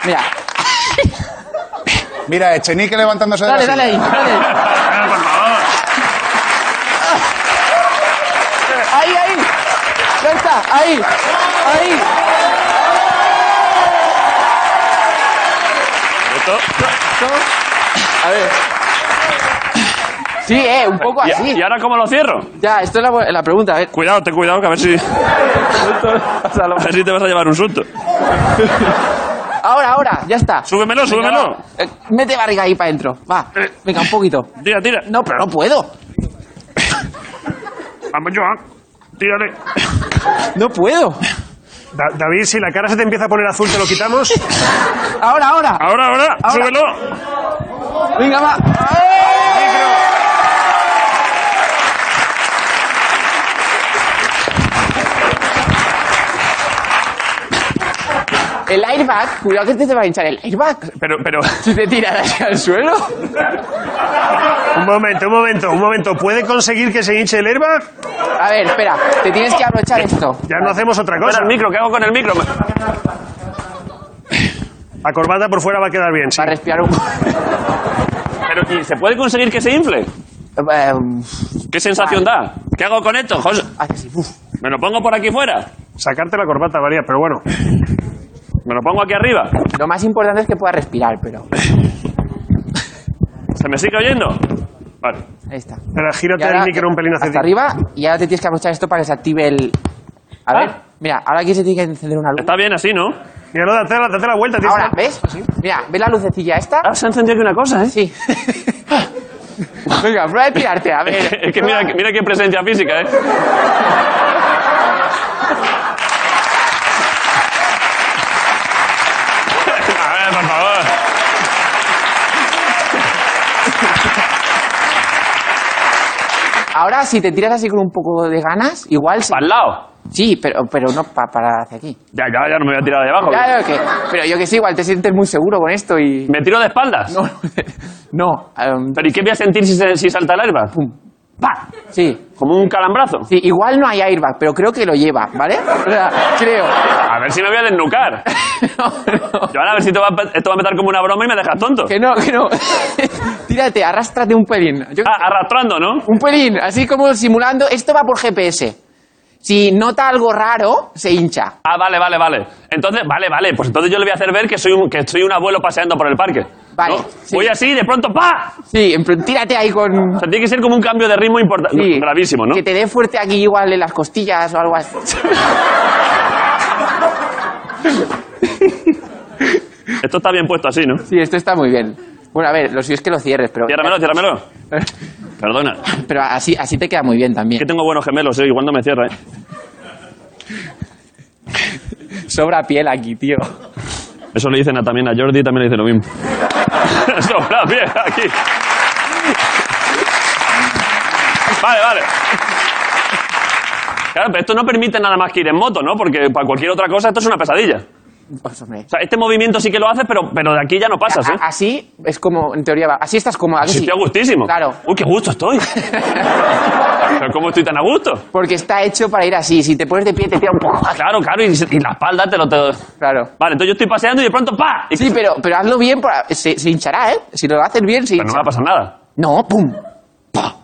[SPEAKER 7] Mira,
[SPEAKER 6] Mira, Echenique levantándose de la
[SPEAKER 7] dale,
[SPEAKER 6] silla.
[SPEAKER 7] dale ahí, dale.
[SPEAKER 2] Ah, por favor.
[SPEAKER 7] Ahí, ahí. Ya está, ahí. Ahí.
[SPEAKER 2] Esto...
[SPEAKER 7] A ver. Sí, eh, un poco
[SPEAKER 2] ¿Y-
[SPEAKER 7] así.
[SPEAKER 2] ¿Y ahora cómo lo cierro?
[SPEAKER 7] Ya, esto es la, la pregunta, a ver.
[SPEAKER 2] Cuidado, ten cuidado, que a ver si. a ver si te vas a llevar un susto.
[SPEAKER 7] Ahora, ahora, ya está.
[SPEAKER 2] Súbemelo, súbemelo. Eh.
[SPEAKER 7] Eh, mete barriga ahí para adentro. Va, venga, un poquito.
[SPEAKER 2] Tira, tira.
[SPEAKER 7] No, pero no puedo.
[SPEAKER 2] Vamos, Joan. Tírale.
[SPEAKER 7] No puedo.
[SPEAKER 4] Da- David, si la cara se te empieza a poner azul, te lo quitamos.
[SPEAKER 7] *laughs* Ahora, ahora.
[SPEAKER 2] Ahora, ahora,
[SPEAKER 7] Ahora.
[SPEAKER 2] súbelo.
[SPEAKER 7] Venga, va. ¡Eh! El airbag, cuidado que te, te va a hinchar el airbag.
[SPEAKER 2] Pero, pero.
[SPEAKER 7] Si te tiras hacia el suelo.
[SPEAKER 4] Un momento, un momento, un momento. ¿Puede conseguir que se hinche el herba?
[SPEAKER 7] A ver, espera, te tienes que abrochar esto.
[SPEAKER 4] Ya no hacemos otra
[SPEAKER 2] Espera
[SPEAKER 4] cosa.
[SPEAKER 2] el micro, ¿qué hago con el micro?
[SPEAKER 4] La corbata por fuera va a quedar bien, sí.
[SPEAKER 7] Para respirar un
[SPEAKER 2] Pero, ¿y se puede conseguir que se infle?
[SPEAKER 7] Eh,
[SPEAKER 2] ¿Qué sensación da? ¿Qué hago con esto, José?
[SPEAKER 7] hace así, uf.
[SPEAKER 2] ¿Me lo pongo por aquí fuera?
[SPEAKER 4] Sacarte la corbata, María, pero bueno.
[SPEAKER 2] ¿Me lo pongo aquí arriba?
[SPEAKER 7] Lo más importante es que pueda respirar, pero.
[SPEAKER 2] ¿Se me sigue oyendo? Vale.
[SPEAKER 7] Ahí está.
[SPEAKER 4] Pero
[SPEAKER 7] Y
[SPEAKER 4] gírate
[SPEAKER 7] ahora,
[SPEAKER 4] el micro un pelín hacia ti.
[SPEAKER 7] hasta arriba y ahora te tienes que abrochar esto para que se active el. A
[SPEAKER 2] Ah.
[SPEAKER 7] ver, mira, ahora aquí se tiene que encender una luz.
[SPEAKER 2] Está bien así, ¿no?
[SPEAKER 4] Míralo, date, la- date la vuelta. tienes
[SPEAKER 7] Ahora,
[SPEAKER 4] que-
[SPEAKER 7] ¿ves? Mira, ¿ves la lucecilla esta?
[SPEAKER 2] Ah, se ha encendido aquí una cosa, ¿eh?
[SPEAKER 7] Sí.
[SPEAKER 2] *laughs*
[SPEAKER 7] Venga, prueba de tirarte, a ver.
[SPEAKER 2] *laughs* es que mira, mira qué presencia física, ¿eh? A ver, por favor.
[SPEAKER 7] Ahora, si te tiras así con un poco de ganas, igual sí.
[SPEAKER 2] Para el lado.
[SPEAKER 7] Sí, pero, pero no pa- para hacia aquí.
[SPEAKER 2] Ya, ya, ya no me voy a tirar de abajo.
[SPEAKER 7] Claro que. Pero yo que sí, igual te sientes muy seguro con esto y.
[SPEAKER 2] ¿Me tiro de espaldas?
[SPEAKER 7] No, *laughs* no. em,
[SPEAKER 2] ¿Pero y qué voy a sentir si, se- si salta el airbag? ¡Pah!
[SPEAKER 7] sí.
[SPEAKER 2] Como un calambrazo.
[SPEAKER 7] Sí, igual no hay airbag, pero creo que lo lleva, ¿vale? O sea, creo. *laughs*
[SPEAKER 2] A ver si me voy a desnucar.
[SPEAKER 7] No, no.
[SPEAKER 2] Joana, a ver si te va a pe- esto va a empezar como una broma y me dejas tonto.
[SPEAKER 7] Que no, que no. *laughs* Tírate, arrástrate un pelín. Yo-
[SPEAKER 2] Ah, arrastrando, ¿no?
[SPEAKER 7] Un pelín, así como simulando. Esto va por GPS. Si nota algo raro, se hincha.
[SPEAKER 2] Ah, vale, vale, vale. Entonces, vale, vale. Pues entonces yo le voy a hacer ver que soy un, que soy un abuelo paseando por el parque.
[SPEAKER 7] Vale,
[SPEAKER 2] ¿No?
[SPEAKER 7] sí.
[SPEAKER 2] Voy así y de pronto ¡pa!
[SPEAKER 7] Sí, en plan, tírate ahí
[SPEAKER 2] O
[SPEAKER 7] con.
[SPEAKER 2] sea, tiene que ser como un cambio de ritmo importante.
[SPEAKER 7] sí.
[SPEAKER 2] Gravísimo, ¿no?
[SPEAKER 7] Que te dé fuerte aquí igual en las costillas o algo así.
[SPEAKER 2] Esto está bien puesto así, ¿no?
[SPEAKER 7] Sí, esto está muy bien. Bueno, a ver, lo suyo es que lo cierres, pero.
[SPEAKER 2] Ciérramelo,
[SPEAKER 7] *laughs*
[SPEAKER 2] ciérramelo. Perdona.
[SPEAKER 7] Pero así, así te queda muy bien
[SPEAKER 2] Es que
[SPEAKER 7] también.
[SPEAKER 2] tengo buenos gemelos, ¿eh? Igual no me cierra, ¿eh?
[SPEAKER 7] Sobra piel aquí, tío.
[SPEAKER 2] Eso le dicen a, también a Jordi, también le dice lo mismo. *laughs* Sobra bien aquí. Vale, vale. Claro, pero esto no permite nada más que ir en moto, ¿no? Porque para cualquier otra cosa esto es una pesadilla. O
[SPEAKER 7] Pues, hombre.
[SPEAKER 2] sea, este movimiento sí que lo haces, pero, pero de aquí ya no pasas, ¿eh?
[SPEAKER 7] A- así es como, en teoría, va. Así estás como.
[SPEAKER 2] Sí, estoy a gustísimo.
[SPEAKER 7] Claro. *laughs*
[SPEAKER 2] Uy, qué gusto estoy. pero ¿cómo estoy tan a gusto?
[SPEAKER 7] Porque está hecho para ir así. Si te pones de pie, te tira un poco.
[SPEAKER 2] Claro, claro, y, y la espalda te lo... Te...
[SPEAKER 7] Claro.
[SPEAKER 2] Vale, entonces yo estoy paseando y de pronto ¡pa! Y-
[SPEAKER 7] Sí, pero, pero hazlo bien, para- se, se hinchará, ¿eh? Si lo haces bien, se
[SPEAKER 2] Pero no me
[SPEAKER 7] hincha.
[SPEAKER 2] va a pasar nada.
[SPEAKER 7] No, pum. Pa.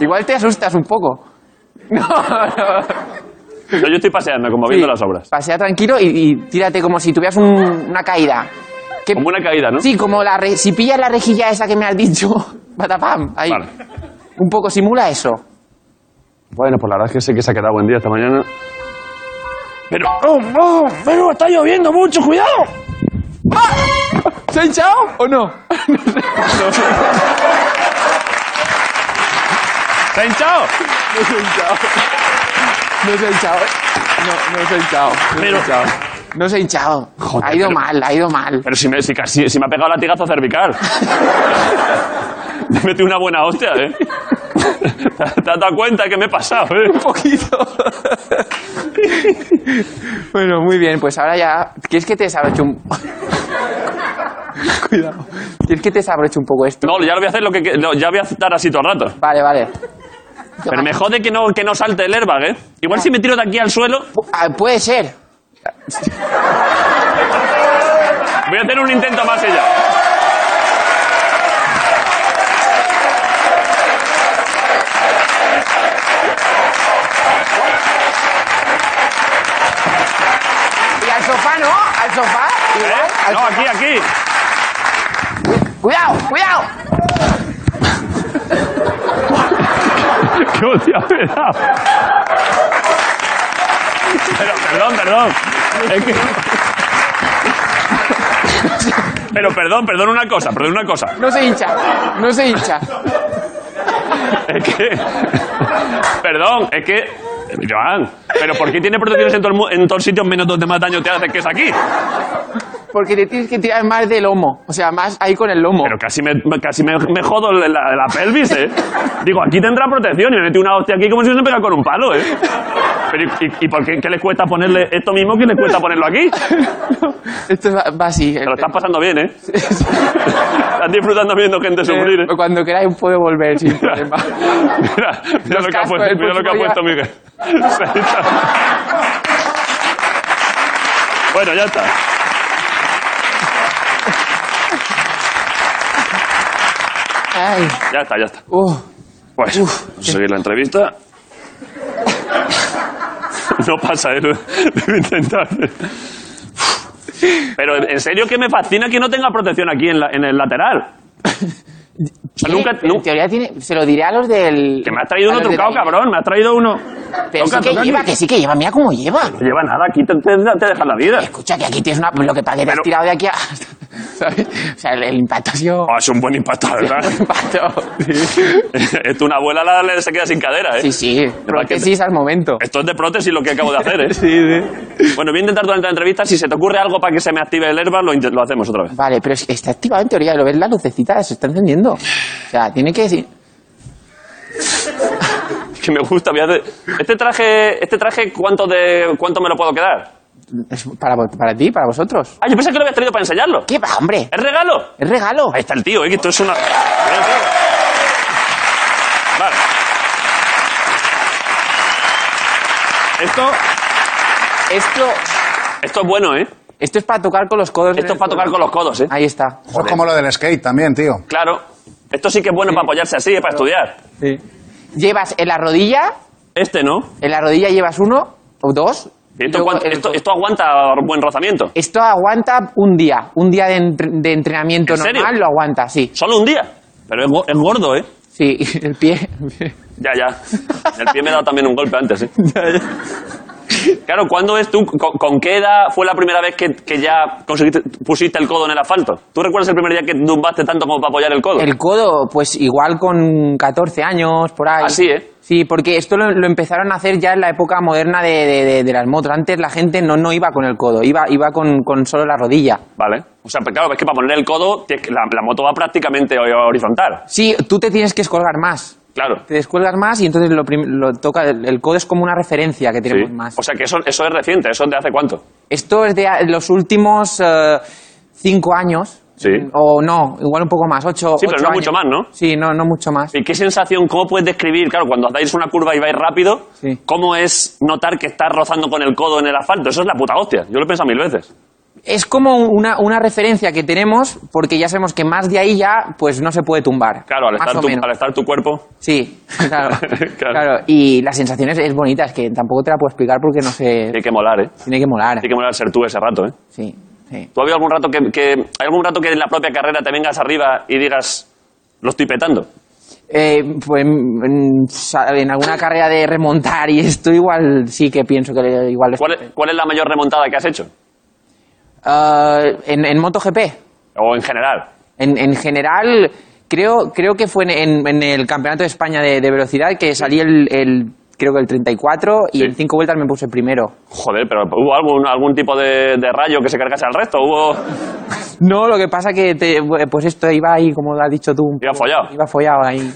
[SPEAKER 7] Igual te asustas un poco. *laughs* No, no.
[SPEAKER 2] Entonces yo estoy paseando, como viendo
[SPEAKER 7] Sí,
[SPEAKER 2] las obras.
[SPEAKER 7] Pasea tranquilo y, y tírate como si tuvieras un- una caída. Que-
[SPEAKER 2] Como una caída, ¿no?
[SPEAKER 7] Sí, como la re- si pillas la rejilla esa que me has dicho, *laughs* patapam, ahí.
[SPEAKER 2] Vale.
[SPEAKER 7] Un poco simula eso.
[SPEAKER 2] Bueno, pues la verdad es que sé que se ha quedado buen día esta mañana. Pero. ¡Oh, oh! ¡Pero está lloviendo mucho! ¡Cuidado!
[SPEAKER 7] *laughs* ¿Se ha hinchado o no?
[SPEAKER 2] ¡Se ha hinchado!
[SPEAKER 9] No se ha hinchado. No se ha hinchado. No, no se ha hinchado. No
[SPEAKER 2] Pero-
[SPEAKER 9] se ha hinchado.
[SPEAKER 7] ¿eh? No se ha hinchado.
[SPEAKER 2] Joder,
[SPEAKER 7] ha ido
[SPEAKER 2] pero-
[SPEAKER 7] mal, ha ido mal.
[SPEAKER 2] Pero si me, si, casi- si me ha pegado latigazo cervical. Me metí una buena hostia, ¿eh? ¿Te has- ¿Te has dado cuenta que me he pasado, eh?
[SPEAKER 9] Un poquito.
[SPEAKER 7] *laughs* Bueno, muy bien, pues ahora ya. ¿Quieres que te desabroche un. Cuidado. ¿Quieres que te desabroche un poco esto?
[SPEAKER 2] No, ya lo voy a hacer lo que. lo- ya voy a estar así todo el rato.
[SPEAKER 7] Vale, vale.
[SPEAKER 2] Pero me jode que no, que no salte el airbag, ¿eh? Igual si me tiro de aquí al suelo,
[SPEAKER 7] Pu- ah, puede ser.
[SPEAKER 2] Voy a hacer un intento más y ya.
[SPEAKER 7] Y al sofá, ¿no? Al sofá. igual,
[SPEAKER 2] ¿Eh?
[SPEAKER 7] al
[SPEAKER 2] No,
[SPEAKER 7] so-
[SPEAKER 2] aquí, aquí.
[SPEAKER 7] Cuidado, cuidado.
[SPEAKER 2] ¡Qué hostia me he dado! Pero, perdón, perdón. Es que... Pero perdón, perdón una cosa, perdón una cosa.
[SPEAKER 7] No se hincha. No se hincha.
[SPEAKER 2] Es que... Perdón, es que... Joan, ¿pero por qué tiene protecciones en todos los sitios menos donde más daño te haces que es aquí?
[SPEAKER 7] Porque te tienes que tirar más del lomo. O sea, más ahí con el lomo.
[SPEAKER 2] Pero casi me, me- casi me, me jodo la, la pelvis, ¿eh? Digo, aquí tendrá protección y me metí una hostia aquí como si me pegara con un palo, ¿eh? Pero, ¿y, y- y por qué, qué les cuesta ponerle esto mismo que les cuesta ponerlo aquí?
[SPEAKER 7] *laughs* Esto va, va así.
[SPEAKER 2] Te lo
[SPEAKER 7] *laughs*
[SPEAKER 2] estás pasando bien, ¿eh? Estás disfrutando viendo gente sufrir, ¿eh?
[SPEAKER 7] Eh, Cuando queráis puedo
[SPEAKER 2] *laughs*
[SPEAKER 7] volver sin problema.
[SPEAKER 2] Mira, mira
[SPEAKER 7] Los
[SPEAKER 2] lo que ha
[SPEAKER 7] cascos,
[SPEAKER 2] puesto,
[SPEAKER 7] el
[SPEAKER 2] mira lo que ha
[SPEAKER 7] próximo
[SPEAKER 2] puesto Miguel. *laughs* Se ha ido. bueno, ya está.
[SPEAKER 7] Ay,
[SPEAKER 2] Ya está, ya está.
[SPEAKER 7] uh,
[SPEAKER 2] Pues, vamos a seguir la entrevista. *laughs* No pasa, ¿eh? Debo intentar. Pero en serio que me fascina que no tenga protección aquí en, la- en el
[SPEAKER 7] *laughs*
[SPEAKER 2] lateral. O sea, nunca,
[SPEAKER 7] tiene- en
[SPEAKER 2] nunca-
[SPEAKER 7] teoría tiene, se lo diré a los del...
[SPEAKER 2] que me ha traído
[SPEAKER 7] a
[SPEAKER 2] uno
[SPEAKER 7] los de
[SPEAKER 2] trucado,
[SPEAKER 7] la-
[SPEAKER 2] cabrón. Me ha traído uno.
[SPEAKER 7] Pero
[SPEAKER 2] Toca,
[SPEAKER 7] sí que
[SPEAKER 2] toca.
[SPEAKER 7] lleva, que sí que lleva. Mira cómo lleva.
[SPEAKER 2] No lleva nada, aquí te, te, te dejas la
[SPEAKER 7] *laughs*
[SPEAKER 2] vida.
[SPEAKER 7] Escucha, que aquí tienes una... Lo que para que te has
[SPEAKER 2] Pero-
[SPEAKER 7] tirado de aquí a... *laughs* ¿sabes? O sea, el, el impacto ha sido...
[SPEAKER 2] Oh, es un buen impacto, la ¿verdad?
[SPEAKER 7] *laughs*
[SPEAKER 2] *laughs*
[SPEAKER 7] un impacto.
[SPEAKER 2] Esto, una abuela la- la- se queda sin cadera, ¿eh?
[SPEAKER 7] Sí, sí. Prótesis al momento.
[SPEAKER 2] Esto es de prótesis lo que acabo de hacer, ¿eh? Bueno, voy a intentar durante la entrevista. Si se te ocurre algo para que se me active el airbag, lo, inte- lo hacemos otra vez. *laughs*
[SPEAKER 7] Vale, pero es que está activado en teoría. ¿Lo ves la lucecita? Se está encendiendo. O sea, tiene que decir...
[SPEAKER 2] Que me gusta. voy a hacer- Este traje, este traje ¿cuánto, de, ¿cuánto me lo puedo quedar?
[SPEAKER 7] es para, vo- para ti, para vosotros.
[SPEAKER 2] Ah, yo pensé que lo habías traído para enseñarlo.
[SPEAKER 7] ¿Qué va, hombre?
[SPEAKER 2] ¿Es regalo?
[SPEAKER 7] Es regalo.
[SPEAKER 2] Ahí está el tío, ¿eh? Que esto es una... Vale. Esto,
[SPEAKER 7] Esto,
[SPEAKER 2] esto es bueno, ¿eh?
[SPEAKER 7] esto es para tocar con los codos. en
[SPEAKER 2] Esto
[SPEAKER 7] el
[SPEAKER 2] es para tocar
[SPEAKER 7] suelo.
[SPEAKER 2] con los codos, ¿eh?
[SPEAKER 7] Ahí está.
[SPEAKER 6] Eso es como lo del skate también, tío.
[SPEAKER 2] Claro. Esto sí que es bueno para apoyarse así, ¿eh? para estudiar.
[SPEAKER 7] Llevas en la rodilla,
[SPEAKER 2] Este, ¿no?
[SPEAKER 7] en la rodilla llevas uno o dos.
[SPEAKER 2] Esto,
[SPEAKER 7] luego
[SPEAKER 2] aguanta,
[SPEAKER 7] el-
[SPEAKER 2] esto- esto aguanta buen rozamiento.
[SPEAKER 7] esto aguanta un día, un día de, entr- de entrenamiento
[SPEAKER 2] ¿En serio?
[SPEAKER 7] normal lo aguanta, sí.
[SPEAKER 2] Solo un día. Pero es, go- es gordo, ¿eh?
[SPEAKER 7] Sí, *laughs* el pie.
[SPEAKER 2] Ya,
[SPEAKER 7] *laughs*
[SPEAKER 2] ya. El pie me ha dado también un golpe antes, ¿eh? Claro, ¿cuándo es tú? ¿Con, con qué edad fue la primera vez que, que ya conseguiste, pusiste el codo en el asfalto? ¿Tú recuerdas el primer día que dumbaste tanto como para apoyar el codo?
[SPEAKER 7] El codo, pues igual con 14 años, por ahí.
[SPEAKER 2] Así, ¿eh?
[SPEAKER 7] Sí, porque esto lo, lo empezaron a hacer ya en la época moderna de, de- de- de las motos. Antes la gente no, no iba con el codo, iba, iba con, con solo la rodilla.
[SPEAKER 2] Vale. O sea, pero claro, es que para poner el codo, tienes que- la, la moto va prácticamente horizontal.
[SPEAKER 7] Sí, tú te tienes que escolgar más.
[SPEAKER 2] Claro.
[SPEAKER 7] Te descuelgas más y entonces lo, prim- lo toca. El, el codo es como una referencia que tenemos
[SPEAKER 2] Sí.
[SPEAKER 7] más.
[SPEAKER 2] O sea, que eso, eso es reciente. ¿Eso de hace cuánto?
[SPEAKER 7] Esto es de a- los últimos eh, cinco años.
[SPEAKER 2] Sí.
[SPEAKER 7] O no, igual un poco más, ocho.
[SPEAKER 2] Sí, pero
[SPEAKER 7] ocho
[SPEAKER 2] no
[SPEAKER 7] años.
[SPEAKER 2] mucho más, ¿no?
[SPEAKER 7] Sí, no, no mucho más.
[SPEAKER 2] ¿Y qué sensación, cómo puedes describir, claro, cuando dais una curva y vais rápido,
[SPEAKER 7] Sí.
[SPEAKER 2] cómo es notar que estás rozando con el codo en el asfalto? Eso es la puta hostia. Yo lo he pensado mil veces.
[SPEAKER 7] Es como una, una referencia que tenemos porque ya sabemos que más de ahí ya pues no se puede tumbar.
[SPEAKER 2] Claro, al
[SPEAKER 7] más
[SPEAKER 2] estar,
[SPEAKER 7] o
[SPEAKER 2] tu,
[SPEAKER 7] menos.
[SPEAKER 2] al estar tu cuerpo.
[SPEAKER 7] Sí, *laughs* claro,
[SPEAKER 2] *laughs* Claro.
[SPEAKER 7] claro. Y la sensación es, es bonita, es que tampoco te la puedo explicar porque no sé.
[SPEAKER 2] Tiene que molar, ¿eh?
[SPEAKER 7] Tiene que molar.
[SPEAKER 2] Tiene que molar ser tú ese rato, ¿eh?
[SPEAKER 7] Sí, sí.
[SPEAKER 2] ¿Tú has habido algún rato que, que- ¿Hay algún rato que en la propia carrera te vengas arriba y digas, lo estoy petando?
[SPEAKER 7] Eh, pues mm, sa- en alguna carrera de remontar y esto igual sí que pienso que le- igual...
[SPEAKER 2] ¿Cuál es, cuál es la mayor remontada que has hecho?
[SPEAKER 7] Ah, en, en MotoGP,
[SPEAKER 2] O en general.
[SPEAKER 7] en, en general, creo, creo que fue en, en- en el Campeonato de España de, de Velocidad que salí el, el- creo que el 34 y
[SPEAKER 2] Sí.
[SPEAKER 7] en cinco vueltas me puse primero.
[SPEAKER 2] Joder, pero ¿hubo algún, algún tipo de, de rayo que se cargase al resto? ¿Hubo...?
[SPEAKER 7] No, lo que pasa que, te- pues esto iba ahí, como has dicho tú... un
[SPEAKER 2] Iba
[SPEAKER 7] poco-
[SPEAKER 2] follado.
[SPEAKER 7] Iba follado ahí.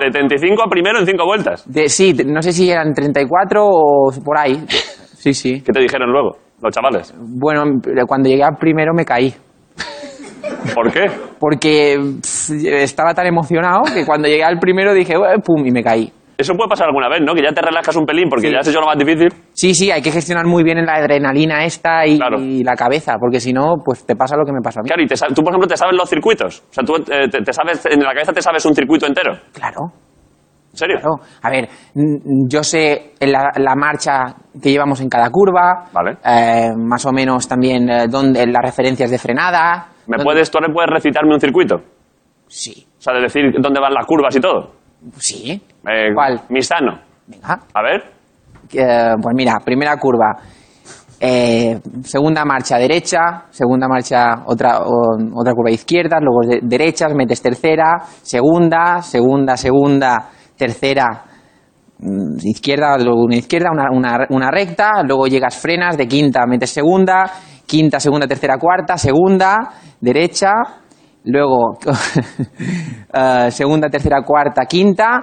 [SPEAKER 2] De 35 a primero en cinco vueltas.
[SPEAKER 7] De- sí, no sé si eran 34 o por ahí. Sí, sí.
[SPEAKER 2] ¿Qué te dijeron luego los chavales?
[SPEAKER 7] Bueno, cuando llegué al primero me caí.
[SPEAKER 2] ¿Por qué?
[SPEAKER 7] porque pff, estaba tan emocionado que cuando llegué al primero dije, "Ué", pum, y me caí.
[SPEAKER 2] Eso puede pasar alguna vez, ¿no? Que ya te relajas un pelín porque
[SPEAKER 7] Sí.
[SPEAKER 2] ya has hecho lo más difícil.
[SPEAKER 7] Sí, sí, hay que gestionar muy bien la adrenalina esta y,
[SPEAKER 2] Claro.
[SPEAKER 7] y la cabeza, porque si no, pues te pasa lo que me pasó a mí.
[SPEAKER 2] Claro, y te sa- tú, por ejemplo, te sabes los circuitos. O sea, tú eh, te, te sabes, en la cabeza te sabes un circuito entero.
[SPEAKER 7] Claro,
[SPEAKER 2] ¿En serio?
[SPEAKER 7] claro. A ver, mm, yo sé la, la marcha que llevamos en cada curva,
[SPEAKER 2] Vale.
[SPEAKER 7] eh, más o menos también eh, dónde, las referencias de frenada.
[SPEAKER 2] ¿Me
[SPEAKER 7] dónde-
[SPEAKER 2] puedes, tú ahora puedes recitarme un circuito? O
[SPEAKER 7] Sí,
[SPEAKER 2] sea, de decir dónde van las curvas y todo.
[SPEAKER 7] sí.
[SPEAKER 2] Eh,
[SPEAKER 7] ¿Cuál?
[SPEAKER 2] Misano.
[SPEAKER 7] Venga.
[SPEAKER 2] A ver.
[SPEAKER 7] Eh, pues mira, primera curva, eh, segunda marcha derecha, segunda marcha otra, o- otra curva izquierda, luego de- derechas, metes tercera, segunda, segunda, segunda, tercera, mm, izquierda, luego una izquierda, una, una- una recta, luego llegas frenas de quinta, metes segunda, quinta, segunda, tercera, cuarta, segunda, derecha, luego *laughs* eh, segunda, tercera, cuarta, quinta,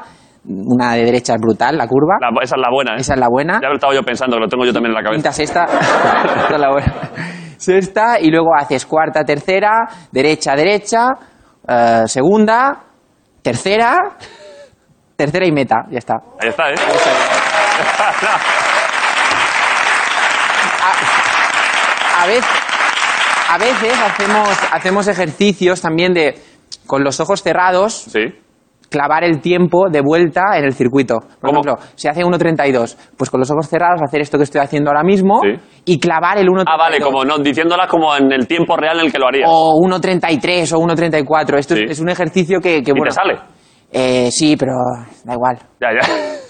[SPEAKER 7] una de derecha es brutal, la curva,
[SPEAKER 2] La- esa es la buena, ¿eh?
[SPEAKER 7] esa es la buena,
[SPEAKER 2] Ya lo estaba yo pensando, que lo tengo yo también en la cabeza.
[SPEAKER 7] quinta, sexta, *laughs* esta es la buena, sexta, y luego haces cuarta, tercera, derecha, derecha, eh, segunda, tercera, tercera y meta, ya está.
[SPEAKER 2] Ahí está, ¿eh?
[SPEAKER 7] a veces, a veces hacemos, hacemos ejercicios también de, con los ojos cerrados,
[SPEAKER 2] Sí.
[SPEAKER 7] clavar el tiempo de vuelta en el circuito. Por
[SPEAKER 2] ¿Cómo?
[SPEAKER 7] ejemplo, se hace 1.32, pues con los ojos cerrados hacer esto que estoy haciendo ahora mismo
[SPEAKER 2] Sí.
[SPEAKER 7] y clavar el 1.32.
[SPEAKER 2] Ah, vale, como no, diciéndolas como en el tiempo real en el que lo harías.
[SPEAKER 7] O 1.33 o 1.34. Esto
[SPEAKER 2] Sí.
[SPEAKER 7] es, es un ejercicio que, que
[SPEAKER 2] ¿Y
[SPEAKER 7] bueno...
[SPEAKER 2] te sale?
[SPEAKER 7] eh, sí, pero da igual.
[SPEAKER 2] Ya, ya. *laughs*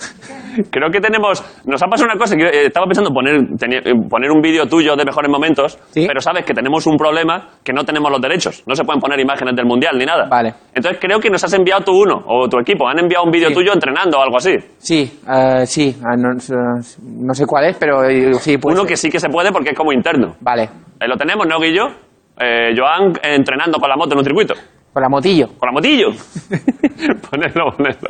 [SPEAKER 2] Creo que tenemos. Nos ha pasado una cosa que yo, eh, estaba pensando poner, tenía- eh, poner un vídeo tuyo de mejores momentos,
[SPEAKER 7] Sí.
[SPEAKER 2] pero sabes que tenemos un problema que no tenemos los derechos. No se pueden poner imágenes del mundial ni nada.
[SPEAKER 7] Vale.
[SPEAKER 2] Entonces creo que nos has enviado tú uno, o tu equipo. Han enviado un vídeo
[SPEAKER 7] Sí.
[SPEAKER 2] tuyo entrenando o algo así.
[SPEAKER 7] Sí, eh, sí, ah, no, no sé cuál es, pero eh, sí, pues...
[SPEAKER 2] uno que sí que se puede porque es como interno.
[SPEAKER 7] Vale,
[SPEAKER 2] Eh, lo tenemos, ¿no, Guillo? Eh, Joan eh, entrenando con la moto en un circuito.
[SPEAKER 7] con la motillo.
[SPEAKER 2] Con la motillo. *laughs* ponedlo, ponedlo.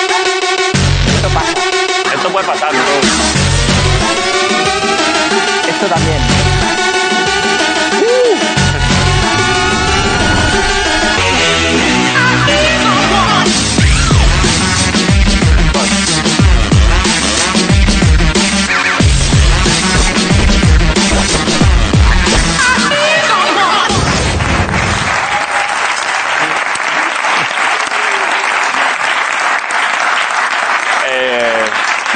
[SPEAKER 7] Esto pasa,
[SPEAKER 2] Esto puede pasar. ¿no?
[SPEAKER 7] esto también.
[SPEAKER 2] Eh,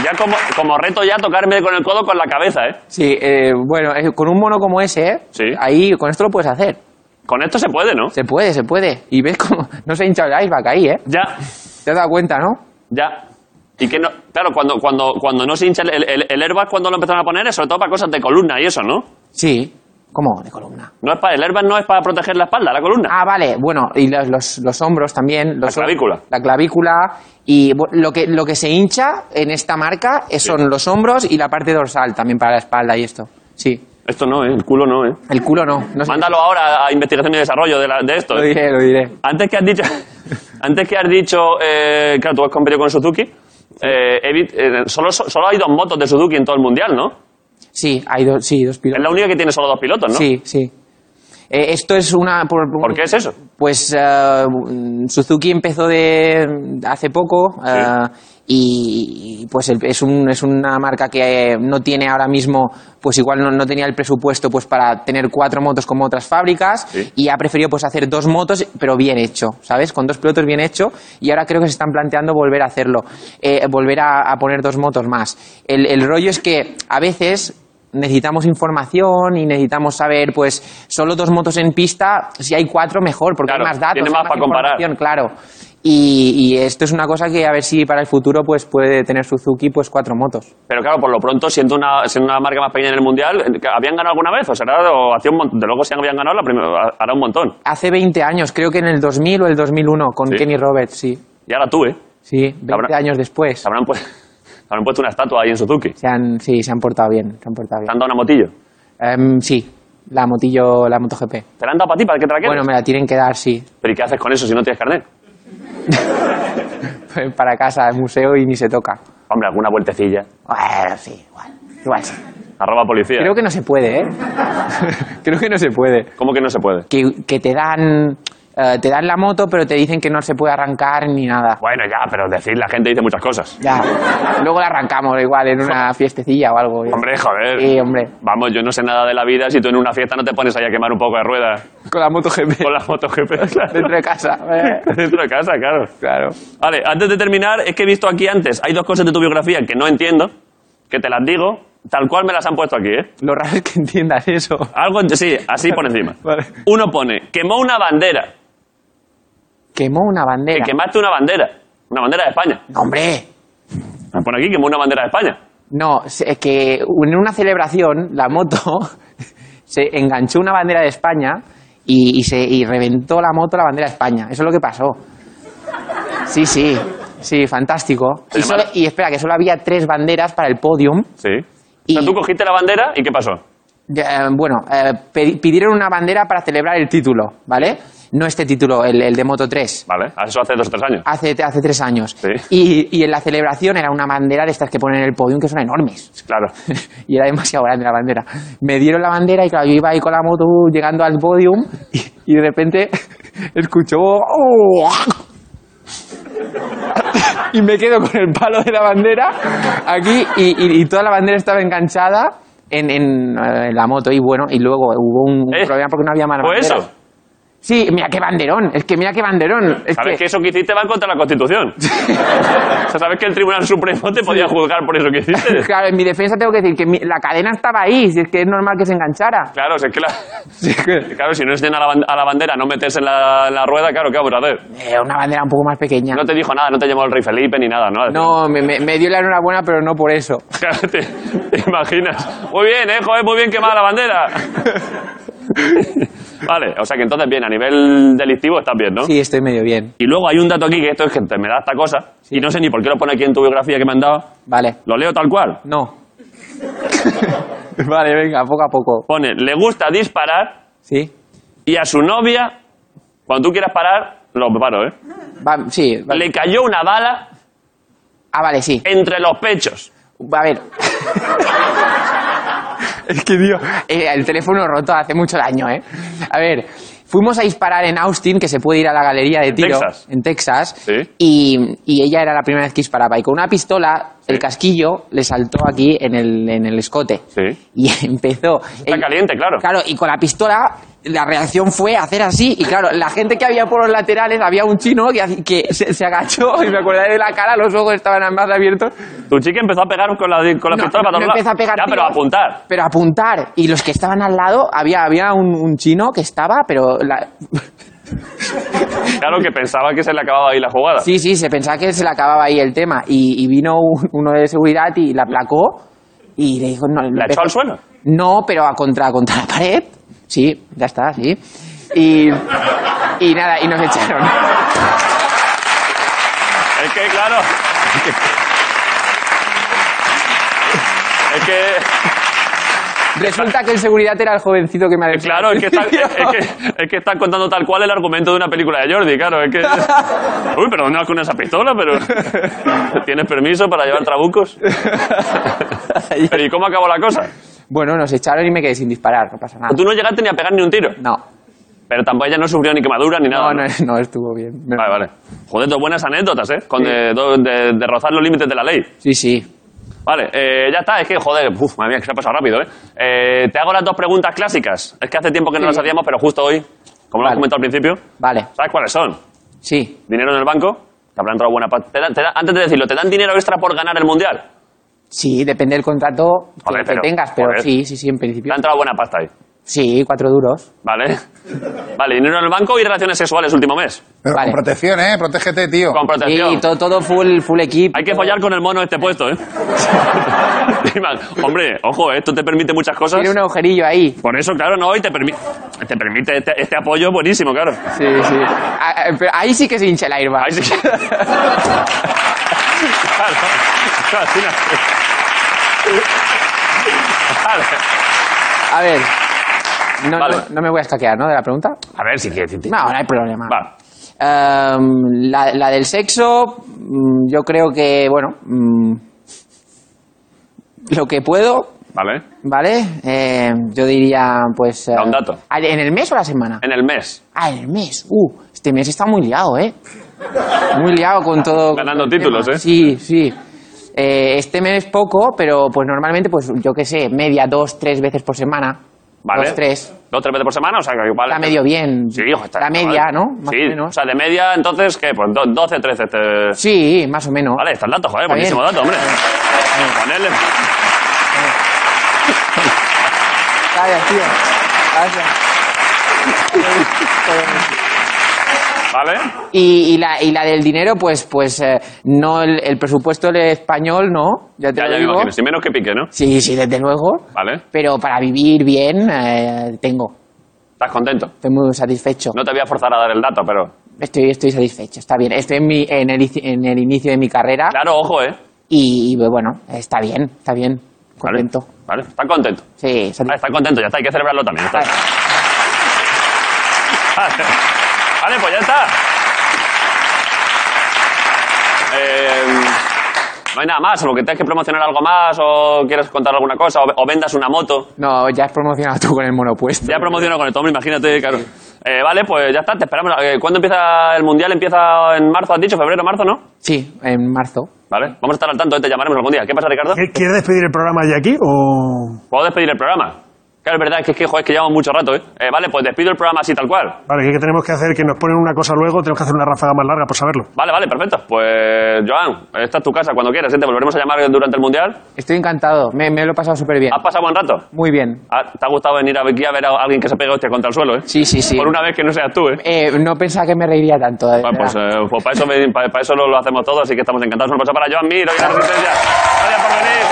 [SPEAKER 2] ya como, como reto ya tocarme con el codo con la cabeza, ¿eh?
[SPEAKER 7] Sí, eh, bueno, eh, con un mono como ese, ¿eh?
[SPEAKER 2] Sí.
[SPEAKER 7] ahí con esto lo puedes hacer.
[SPEAKER 2] Con esto se puede, ¿no?
[SPEAKER 7] Se puede, se puede. Y ves cómo *laughs* no se ha hinchado el iceberg ahí, ¿eh?
[SPEAKER 2] Ya,
[SPEAKER 7] Te has dado cuenta, ¿no?
[SPEAKER 2] ya. Y que no, claro, cuando, cuando, cuando no se hincha el, el, el airbag, cuando lo empezaron a poner, es sobre todo para cosas de columna y eso, ¿no?
[SPEAKER 7] Sí. ¿Cómo? De columna.
[SPEAKER 2] No es para, el airbag no es para proteger la espalda, la columna.
[SPEAKER 7] Ah, vale. Bueno, y los, los, los hombros también. Los hom-
[SPEAKER 2] clavícula.
[SPEAKER 7] La clavícula. Y bu- lo que, lo que se hincha en esta marca es- son los hombros y la parte dorsal también para la espalda y esto. Sí.
[SPEAKER 2] Esto no, ¿eh? El culo no, ¿eh?
[SPEAKER 7] El culo no. no sé-
[SPEAKER 2] Mándalo ahora a investigación y desarrollo de, la- de esto. ¿eh?
[SPEAKER 7] Lo diré, lo diré.
[SPEAKER 2] Antes que has
[SPEAKER 7] *laughs*
[SPEAKER 2] dicho, antes que has dicho eh, claro, tú has competido con Suzuki. eh, he vi- eh, solo, solo hay dos motos de Suzuki en todo el mundial, ¿no?
[SPEAKER 7] Sí, hay dos, sí, dos
[SPEAKER 2] Es
[SPEAKER 7] pilotos.
[SPEAKER 2] la única que tiene solo dos pilotos, ¿no?
[SPEAKER 7] Sí, sí. Eh, esto es una... ¿Por,
[SPEAKER 2] ¿Por qué es eso?
[SPEAKER 7] Pues eh, Suzuki empezó de hace poco eh, y, y, pues el- es, un- es una marca que eh, no tiene ahora mismo, pues igual no, no tenía el presupuesto pues para tener cuatro motos como otras fábricas
[SPEAKER 2] Sí.
[SPEAKER 7] y ha preferido pues hacer dos motos pero bien hecho, ¿sabes? Con dos pilotos bien hecho y ahora creo que se están planteando volver a hacerlo, eh, volver a, a poner dos motos más. El, el rollo es que a veces necesitamos información y necesitamos saber pues solo dos motos en pista, si hay cuatro mejor porque
[SPEAKER 2] Claro,
[SPEAKER 7] hay más datos,
[SPEAKER 2] tiene
[SPEAKER 7] hay
[SPEAKER 2] más para comparar.
[SPEAKER 7] información, claro. Y, y esto es una cosa que a ver si para el futuro pues puede tener Suzuki pues cuatro motos.
[SPEAKER 2] Pero claro, por lo pronto, siendo una, siendo una marca más pequeña en el mundial, ¿habían ganado alguna vez? O será, o hacía un montón. De luego, si habían ganado, la primera, hará un montón.
[SPEAKER 7] Hace 20 años, creo que en el 2000 o el 2001 con
[SPEAKER 2] Sí.
[SPEAKER 7] Kenny Roberts, sí.
[SPEAKER 2] Y ahora tú, ¿eh?
[SPEAKER 7] Sí, 20
[SPEAKER 2] Habrá-
[SPEAKER 7] años después.
[SPEAKER 2] Se habrán, pu- se habrán puesto una estatua ahí en Suzuki.
[SPEAKER 7] Se han, sí, se han portado bien, se han portado
[SPEAKER 2] Te
[SPEAKER 7] bien.
[SPEAKER 2] han dado una motillo.
[SPEAKER 7] Em, sí, la motillo, la MotoGP.
[SPEAKER 2] ¿Te la han dado para ti, para que te la quedes?
[SPEAKER 7] Bueno, me la tienen que dar, sí, *laughs*
[SPEAKER 2] Pero ¿y qué haces con eso si no tienes carnet?
[SPEAKER 7] para casa, al museo y ni se toca.
[SPEAKER 2] Hombre, alguna vueltecilla.
[SPEAKER 7] Bueno, sí, igual, igual sí.
[SPEAKER 2] Arroba policía.
[SPEAKER 7] Creo que no se puede, ¿eh? Creo que no se puede.
[SPEAKER 2] ¿Cómo que no se puede?
[SPEAKER 7] Que, que te dan... eh, te dan la moto, pero te dicen que no se puede arrancar ni nada.
[SPEAKER 2] Bueno, ya, pero decir, la gente dice muchas cosas.
[SPEAKER 7] Ya. Luego la arrancamos igual en una fiestecilla o algo.
[SPEAKER 2] Hombre, joder.
[SPEAKER 7] Sí, hombre.
[SPEAKER 2] Vamos, yo no sé nada de la vida si tú en una fiesta no te pones ahí a quemar un poco de rueda
[SPEAKER 7] Con la moto GP
[SPEAKER 2] con la moto
[SPEAKER 7] *laughs*
[SPEAKER 2] GP. claro.
[SPEAKER 7] dentro de casa. Eh,
[SPEAKER 2] *laughs* Dentro de casa, claro.
[SPEAKER 7] Claro.
[SPEAKER 2] Vale, antes de terminar, es que he visto aquí antes, hay dos cosas de tu biografía que no entiendo, que te las digo, tal cual me las han puesto aquí, ¿eh?
[SPEAKER 7] Lo raro es que entiendas eso.
[SPEAKER 2] Algo, sí, así por encima.
[SPEAKER 7] *laughs* Vale.
[SPEAKER 2] Uno pone, quemó una bandera,
[SPEAKER 7] Quemó una
[SPEAKER 2] que
[SPEAKER 7] bandera.
[SPEAKER 2] quemaste una bandera, una bandera de España.
[SPEAKER 7] ¡Hombre!
[SPEAKER 2] Me pone aquí, quemó una bandera de España.
[SPEAKER 7] No, se- es *laughs* que en una celebración la moto se enganchó una bandera de España y, y se, y reventó la moto la bandera de España. Eso es lo que pasó. Sí, sí, sí, fantástico. Y, solo- y espera, que solo había tres banderas para el podium.
[SPEAKER 2] Sí.
[SPEAKER 7] Y-
[SPEAKER 2] O sea, tú cogiste la bandera y ¿qué pasó?
[SPEAKER 7] Eh, bueno, eh, pedi- pidieron una bandera para celebrar el título, ¿vale? No este título, el, el de Moto 3.
[SPEAKER 2] Vale, eso hace dos o tres años.
[SPEAKER 7] Hace, hace tres años.
[SPEAKER 2] Sí.
[SPEAKER 7] Y, y en la celebración era una bandera de estas que ponen en el podium que son enormes.
[SPEAKER 2] Claro.
[SPEAKER 7] *laughs* y era demasiado grande la bandera. Me dieron la bandera y claro, yo iba ahí con la moto uh, llegando al podium y, y de repente *laughs* escucho... "Oh". *laughs* y me quedo con el palo de la bandera aquí y, y- y toda la bandera estaba enganchada en, en, eh, en la moto y bueno, y luego hubo un, un
[SPEAKER 2] Eh,
[SPEAKER 7] problema porque no había más
[SPEAKER 2] Pues
[SPEAKER 7] banderas.
[SPEAKER 2] eso.
[SPEAKER 7] Sí, mira qué banderón, es que mira qué banderón. Es
[SPEAKER 2] Sabes que
[SPEAKER 7] que,
[SPEAKER 2] eso que hiciste va contra la
[SPEAKER 7] *laughs*
[SPEAKER 2] Constitución. o sea, sabes que el Tribunal Supremo te podía juzgar por eso que
[SPEAKER 7] *laughs*
[SPEAKER 2] hiciste.
[SPEAKER 7] claro, en mi defensa tengo que decir que mi- la cadena estaba ahí, si es que es normal que se enganchara.
[SPEAKER 2] Claro, si es que la... Claro, si no enseñan a la, ban- a la bandera, no metes en la, la rueda, claro, ¿qué vamos a hacer?
[SPEAKER 7] Eh, una bandera un poco más pequeña.
[SPEAKER 2] No te dijo nada, no te llamó el rey Felipe ni nada, ¿no? *laughs*
[SPEAKER 7] No, me, me- me dio la enhorabuena, pero no por eso.
[SPEAKER 2] Claro, te, te imaginas. Muy bien, ¿eh? Joder, muy bien quemada la bandera. vale, o sea que entonces bien, a nivel delictivo estás bien, ¿no?
[SPEAKER 7] Sí, estoy medio bien.
[SPEAKER 2] Y luego hay un dato aquí que esto es que te- me da esta cosa y no sé ni por qué lo pone aquí en tu biografía que me han dado.
[SPEAKER 7] Vale.
[SPEAKER 2] Lo leo tal cual. *laughs*
[SPEAKER 7] No. vale, venga, poco a poco.
[SPEAKER 2] Pone, le gusta disparar
[SPEAKER 7] ¿Sí?
[SPEAKER 2] y a su novia, cuando tú quieras parar, lo paro, ¿eh?
[SPEAKER 7] Va- sí. va-
[SPEAKER 2] Le cayó una bala
[SPEAKER 7] Ah, vale, sí.
[SPEAKER 2] entre los pechos. *laughs*
[SPEAKER 7] A ver. es que, tío, eh, el teléfono roto hace mucho daño, ¿eh? A ver, fuimos a disparar en Austin, que se puede ir a la galería de tiro.
[SPEAKER 2] Texas.
[SPEAKER 7] En Texas.
[SPEAKER 2] Sí.
[SPEAKER 7] Y, y ella era la primera vez que disparaba. Y con una pistola, el casquillo le saltó aquí en el, en el escote.
[SPEAKER 2] Sí.
[SPEAKER 7] Y *laughs* empezó.
[SPEAKER 2] Está
[SPEAKER 7] ella-
[SPEAKER 2] caliente, claro.
[SPEAKER 7] Claro, y con la pistola la reacción fue hacer así. Y claro, la gente que había por los laterales, había un chino que, haci- que se, se agachó y me acordaré de la cara, los ojos estaban ambas abiertos.
[SPEAKER 2] Tu chica empezó a pegar con la, con la
[SPEAKER 7] No,
[SPEAKER 2] pistola para
[SPEAKER 7] no
[SPEAKER 2] todos lados.
[SPEAKER 7] empieza a pegar
[SPEAKER 2] Ya, pero a
[SPEAKER 7] tiros.
[SPEAKER 2] apuntar.
[SPEAKER 7] Pero apuntar. Y los que estaban al lado, había, había un, un chino que estaba, pero... la-
[SPEAKER 2] Claro que pensaba que se le acababa ahí la jugada.
[SPEAKER 7] Sí, sí, se pensaba que se le acababa ahí el tema. Y, y vino un- uno de seguridad y la aplacó y le dijo... No, le
[SPEAKER 2] ¿La
[SPEAKER 7] empezó-
[SPEAKER 2] echó al suelo?
[SPEAKER 7] No, pero a contra, contra la pared. Sí, ya está, sí. Y, y nada, y nos echaron.
[SPEAKER 2] Es que, claro. Es que,
[SPEAKER 7] Resulta que el seguridad era el jovencito que me ha
[SPEAKER 2] es Eh, claro, es que, están, es, es que, es que están contando tal cual el argumento de una película de Jordi, claro. Es
[SPEAKER 7] *laughs*
[SPEAKER 2] que. Uy, pero ¿dónde vas con esa pistola? Pero. ¿Tienes permiso para llevar
[SPEAKER 7] *laughs*
[SPEAKER 2] trabucos? Pero ¿y cómo acabó la cosa?
[SPEAKER 7] Bueno, nos echaron y me quedé sin disparar, no pasa nada.
[SPEAKER 2] Tú no llegaste ni a pegar ni un tiro.
[SPEAKER 7] No,
[SPEAKER 2] Pero tampoco ella no sufrió ni quemadura ni nada.
[SPEAKER 7] Ah, no, no, *laughs* no, estuvo bien. Me-
[SPEAKER 2] Vale, vale. Joder, dos buenas anécdotas, ¿eh? Con de, do- de- de rozar los límites de la ley.
[SPEAKER 7] Sí, sí.
[SPEAKER 2] Vale, eh, ya está. Es que, joder, uf, madre mía, que se ha pasado rápido, ¿eh? Eh, Te hago las dos preguntas clásicas. Es que hace tiempo que no las hacíamos, pero justo hoy, como lo has
[SPEAKER 7] Vale.
[SPEAKER 2] comentado al principio,
[SPEAKER 7] Vale,
[SPEAKER 2] ¿sabes cuáles son?
[SPEAKER 7] sí.
[SPEAKER 2] Dinero en el banco, te habrá entrado buena parte. Te dan- te dan- antes de decirlo, ¿te dan dinero extra por ganar el mundial?
[SPEAKER 7] Sí, depende del contrato que,
[SPEAKER 2] Joder,
[SPEAKER 7] que
[SPEAKER 2] pero-
[SPEAKER 7] tengas, pero
[SPEAKER 2] joder.
[SPEAKER 7] sí, sí, sí, en
[SPEAKER 2] Te
[SPEAKER 7] principio.
[SPEAKER 2] ha entrado buena pasta ahí.
[SPEAKER 7] Sí, cuatro duros.
[SPEAKER 2] Vale. *laughs* Vale, dinero en el banco y relaciones sexuales último mes.
[SPEAKER 6] Pero
[SPEAKER 7] Vale.
[SPEAKER 6] con protección, ¿eh? Protégete, tío.
[SPEAKER 2] Con protección.
[SPEAKER 7] Sí, todo, todo full, full equipo.
[SPEAKER 2] Hay que follar con el mono de este puesto, ¿eh? *laughs* Hombre, ojo, ¿eh? esto te permite muchas cosas.
[SPEAKER 7] Tiene un agujerillo ahí.
[SPEAKER 2] Por eso, claro, no, y te, permi- te permite este, este apoyo buenísimo, claro.
[SPEAKER 7] Sí, sí. Ah, eh, pero ahí sí que se hincha el airbag.
[SPEAKER 2] Ahí sí que- *laughs* claro, claro, sí, no. Vale.
[SPEAKER 7] A ver. No,
[SPEAKER 2] Vale.
[SPEAKER 7] no, no me voy a escaquear, ¿no? De la pregunta.
[SPEAKER 2] A ver si quieres.
[SPEAKER 7] No, no hay problema.
[SPEAKER 2] Va.
[SPEAKER 7] Em, la, la del sexo, mm, yo creo que, bueno, mm, lo que puedo,
[SPEAKER 2] Vale.
[SPEAKER 7] ¿vale? Eh, yo diría, pues... eh,
[SPEAKER 2] Da un dato.
[SPEAKER 7] ¿En el mes o la semana?
[SPEAKER 2] En el mes.
[SPEAKER 7] Ah, en el mes. Uh, este mes está muy liado, ¿eh? Muy liado con todo...
[SPEAKER 2] Ganando
[SPEAKER 7] con todo el
[SPEAKER 2] títulos,
[SPEAKER 7] tema.
[SPEAKER 2] ¿eh?
[SPEAKER 7] Sí, sí. Eh, este mes es poco, pero pues normalmente, pues yo qué sé, media, dos, tres veces por semana.
[SPEAKER 2] Vale.
[SPEAKER 7] Dos, tres.
[SPEAKER 2] Dos, tres veces por semana, o sea, que igual.
[SPEAKER 7] Está medio bien.
[SPEAKER 2] Sí, hijo, está.
[SPEAKER 7] La media,
[SPEAKER 2] vale.
[SPEAKER 7] ¿no? Más
[SPEAKER 2] sí,
[SPEAKER 7] o menos.
[SPEAKER 2] o sea, de media, entonces, ¿qué? Pues do- 12, 13. Este...
[SPEAKER 7] Sí, más o menos.
[SPEAKER 2] Vale, está el dato, joder,
[SPEAKER 7] Está bien.
[SPEAKER 2] buenísimo dato, hombre. Ponerle.
[SPEAKER 7] Gracias, tío. Gracias.
[SPEAKER 2] Vale.
[SPEAKER 7] Y, y la, y la del dinero, pues, pues eh, no el, el presupuesto del español, no. Ya te
[SPEAKER 2] Ya,
[SPEAKER 7] lo
[SPEAKER 2] ya me
[SPEAKER 7] digo.
[SPEAKER 2] imagino. Si menos que pique, ¿no?
[SPEAKER 7] Sí, sí, desde luego.
[SPEAKER 2] Vale.
[SPEAKER 7] Pero para vivir bien eh, tengo.
[SPEAKER 2] O sea, ¿Estás contento?
[SPEAKER 7] Estoy muy satisfecho.
[SPEAKER 2] No te voy a forzar a dar el dato, pero...
[SPEAKER 7] Estoy, estoy satisfecho, está bien. Estoy en, mi, en, el, ici- en el inicio de mi carrera
[SPEAKER 2] Claro, ojo, ¿eh?
[SPEAKER 7] y, bueno, está bien, está bien.
[SPEAKER 2] Vale.
[SPEAKER 7] Contento.
[SPEAKER 2] Vale, estás contento.
[SPEAKER 7] Sí,
[SPEAKER 2] Vale,
[SPEAKER 7] satisfecho.
[SPEAKER 2] estás contento, ya está, hay que celebrarlo también. ya está. Vale. Vale, pues ya está. Eh, no hay nada más, lo que tengas que promocionar algo más o quieres contar alguna cosa o, o vendas una moto.
[SPEAKER 7] No, ya has promocionado tú con el monopuesto.
[SPEAKER 2] Ya promocionado con el hombre, imagínate, claro. Eh, vale, pues ya está, te esperamos. Eh, ¿Cuándo empieza el mundial? Empieza en marzo, has dicho, febrero, marzo, ¿no?
[SPEAKER 7] Sí, en marzo.
[SPEAKER 2] Vale, vamos a estar al tanto, eh, te llamaremos algún día. ¿Qué pasa, Ricardo?
[SPEAKER 4] ¿Qui- ¿Quieres despedir el programa de aquí o...?
[SPEAKER 2] ¿Puedo despedir el programa? Claro, es verdad, es que, es que, joder, es que llevamos mucho rato, ¿eh? Eh, Vale, pues despido el programa así tal cual.
[SPEAKER 4] Vale, ¿qué tenemos que hacer? Que nos ponen una cosa luego, tenemos que hacer una ráfaga más larga por saberlo.
[SPEAKER 2] Vale, vale, perfecto. Pues, Joan, esta es tu casa cuando quieras, ¿eh? Te volveremos a llamar durante el Mundial.
[SPEAKER 7] Estoy encantado, me, me lo he pasado súper bien.
[SPEAKER 2] ¿Has pasado buen rato?
[SPEAKER 7] Muy bien.
[SPEAKER 2] Ah, ¿Te ha gustado venir aquí a ver a alguien que se pega hostia contra el suelo, eh?
[SPEAKER 7] Sí, sí, sí.
[SPEAKER 2] Por una vez que no seas tú, eh.
[SPEAKER 7] Eh, no pensaba que me reiría tanto. de
[SPEAKER 2] Bueno, pues,
[SPEAKER 7] verdad.
[SPEAKER 2] eh, pues para eso, ven- para, para eso lo, lo hacemos todos, así que estamos encantados. Un aplauso para Joan Mir, hoy en la Resistencia. Gracias por venir.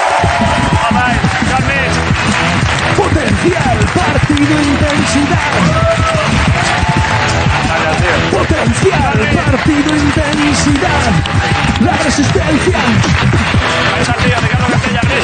[SPEAKER 2] Bye bye, Joan Mir.
[SPEAKER 1] Potencial, partido, intensidad. Potencial, partido, intensidad. La resistencia.
[SPEAKER 2] Ahí está el tío, Ricardo Castella, Mir.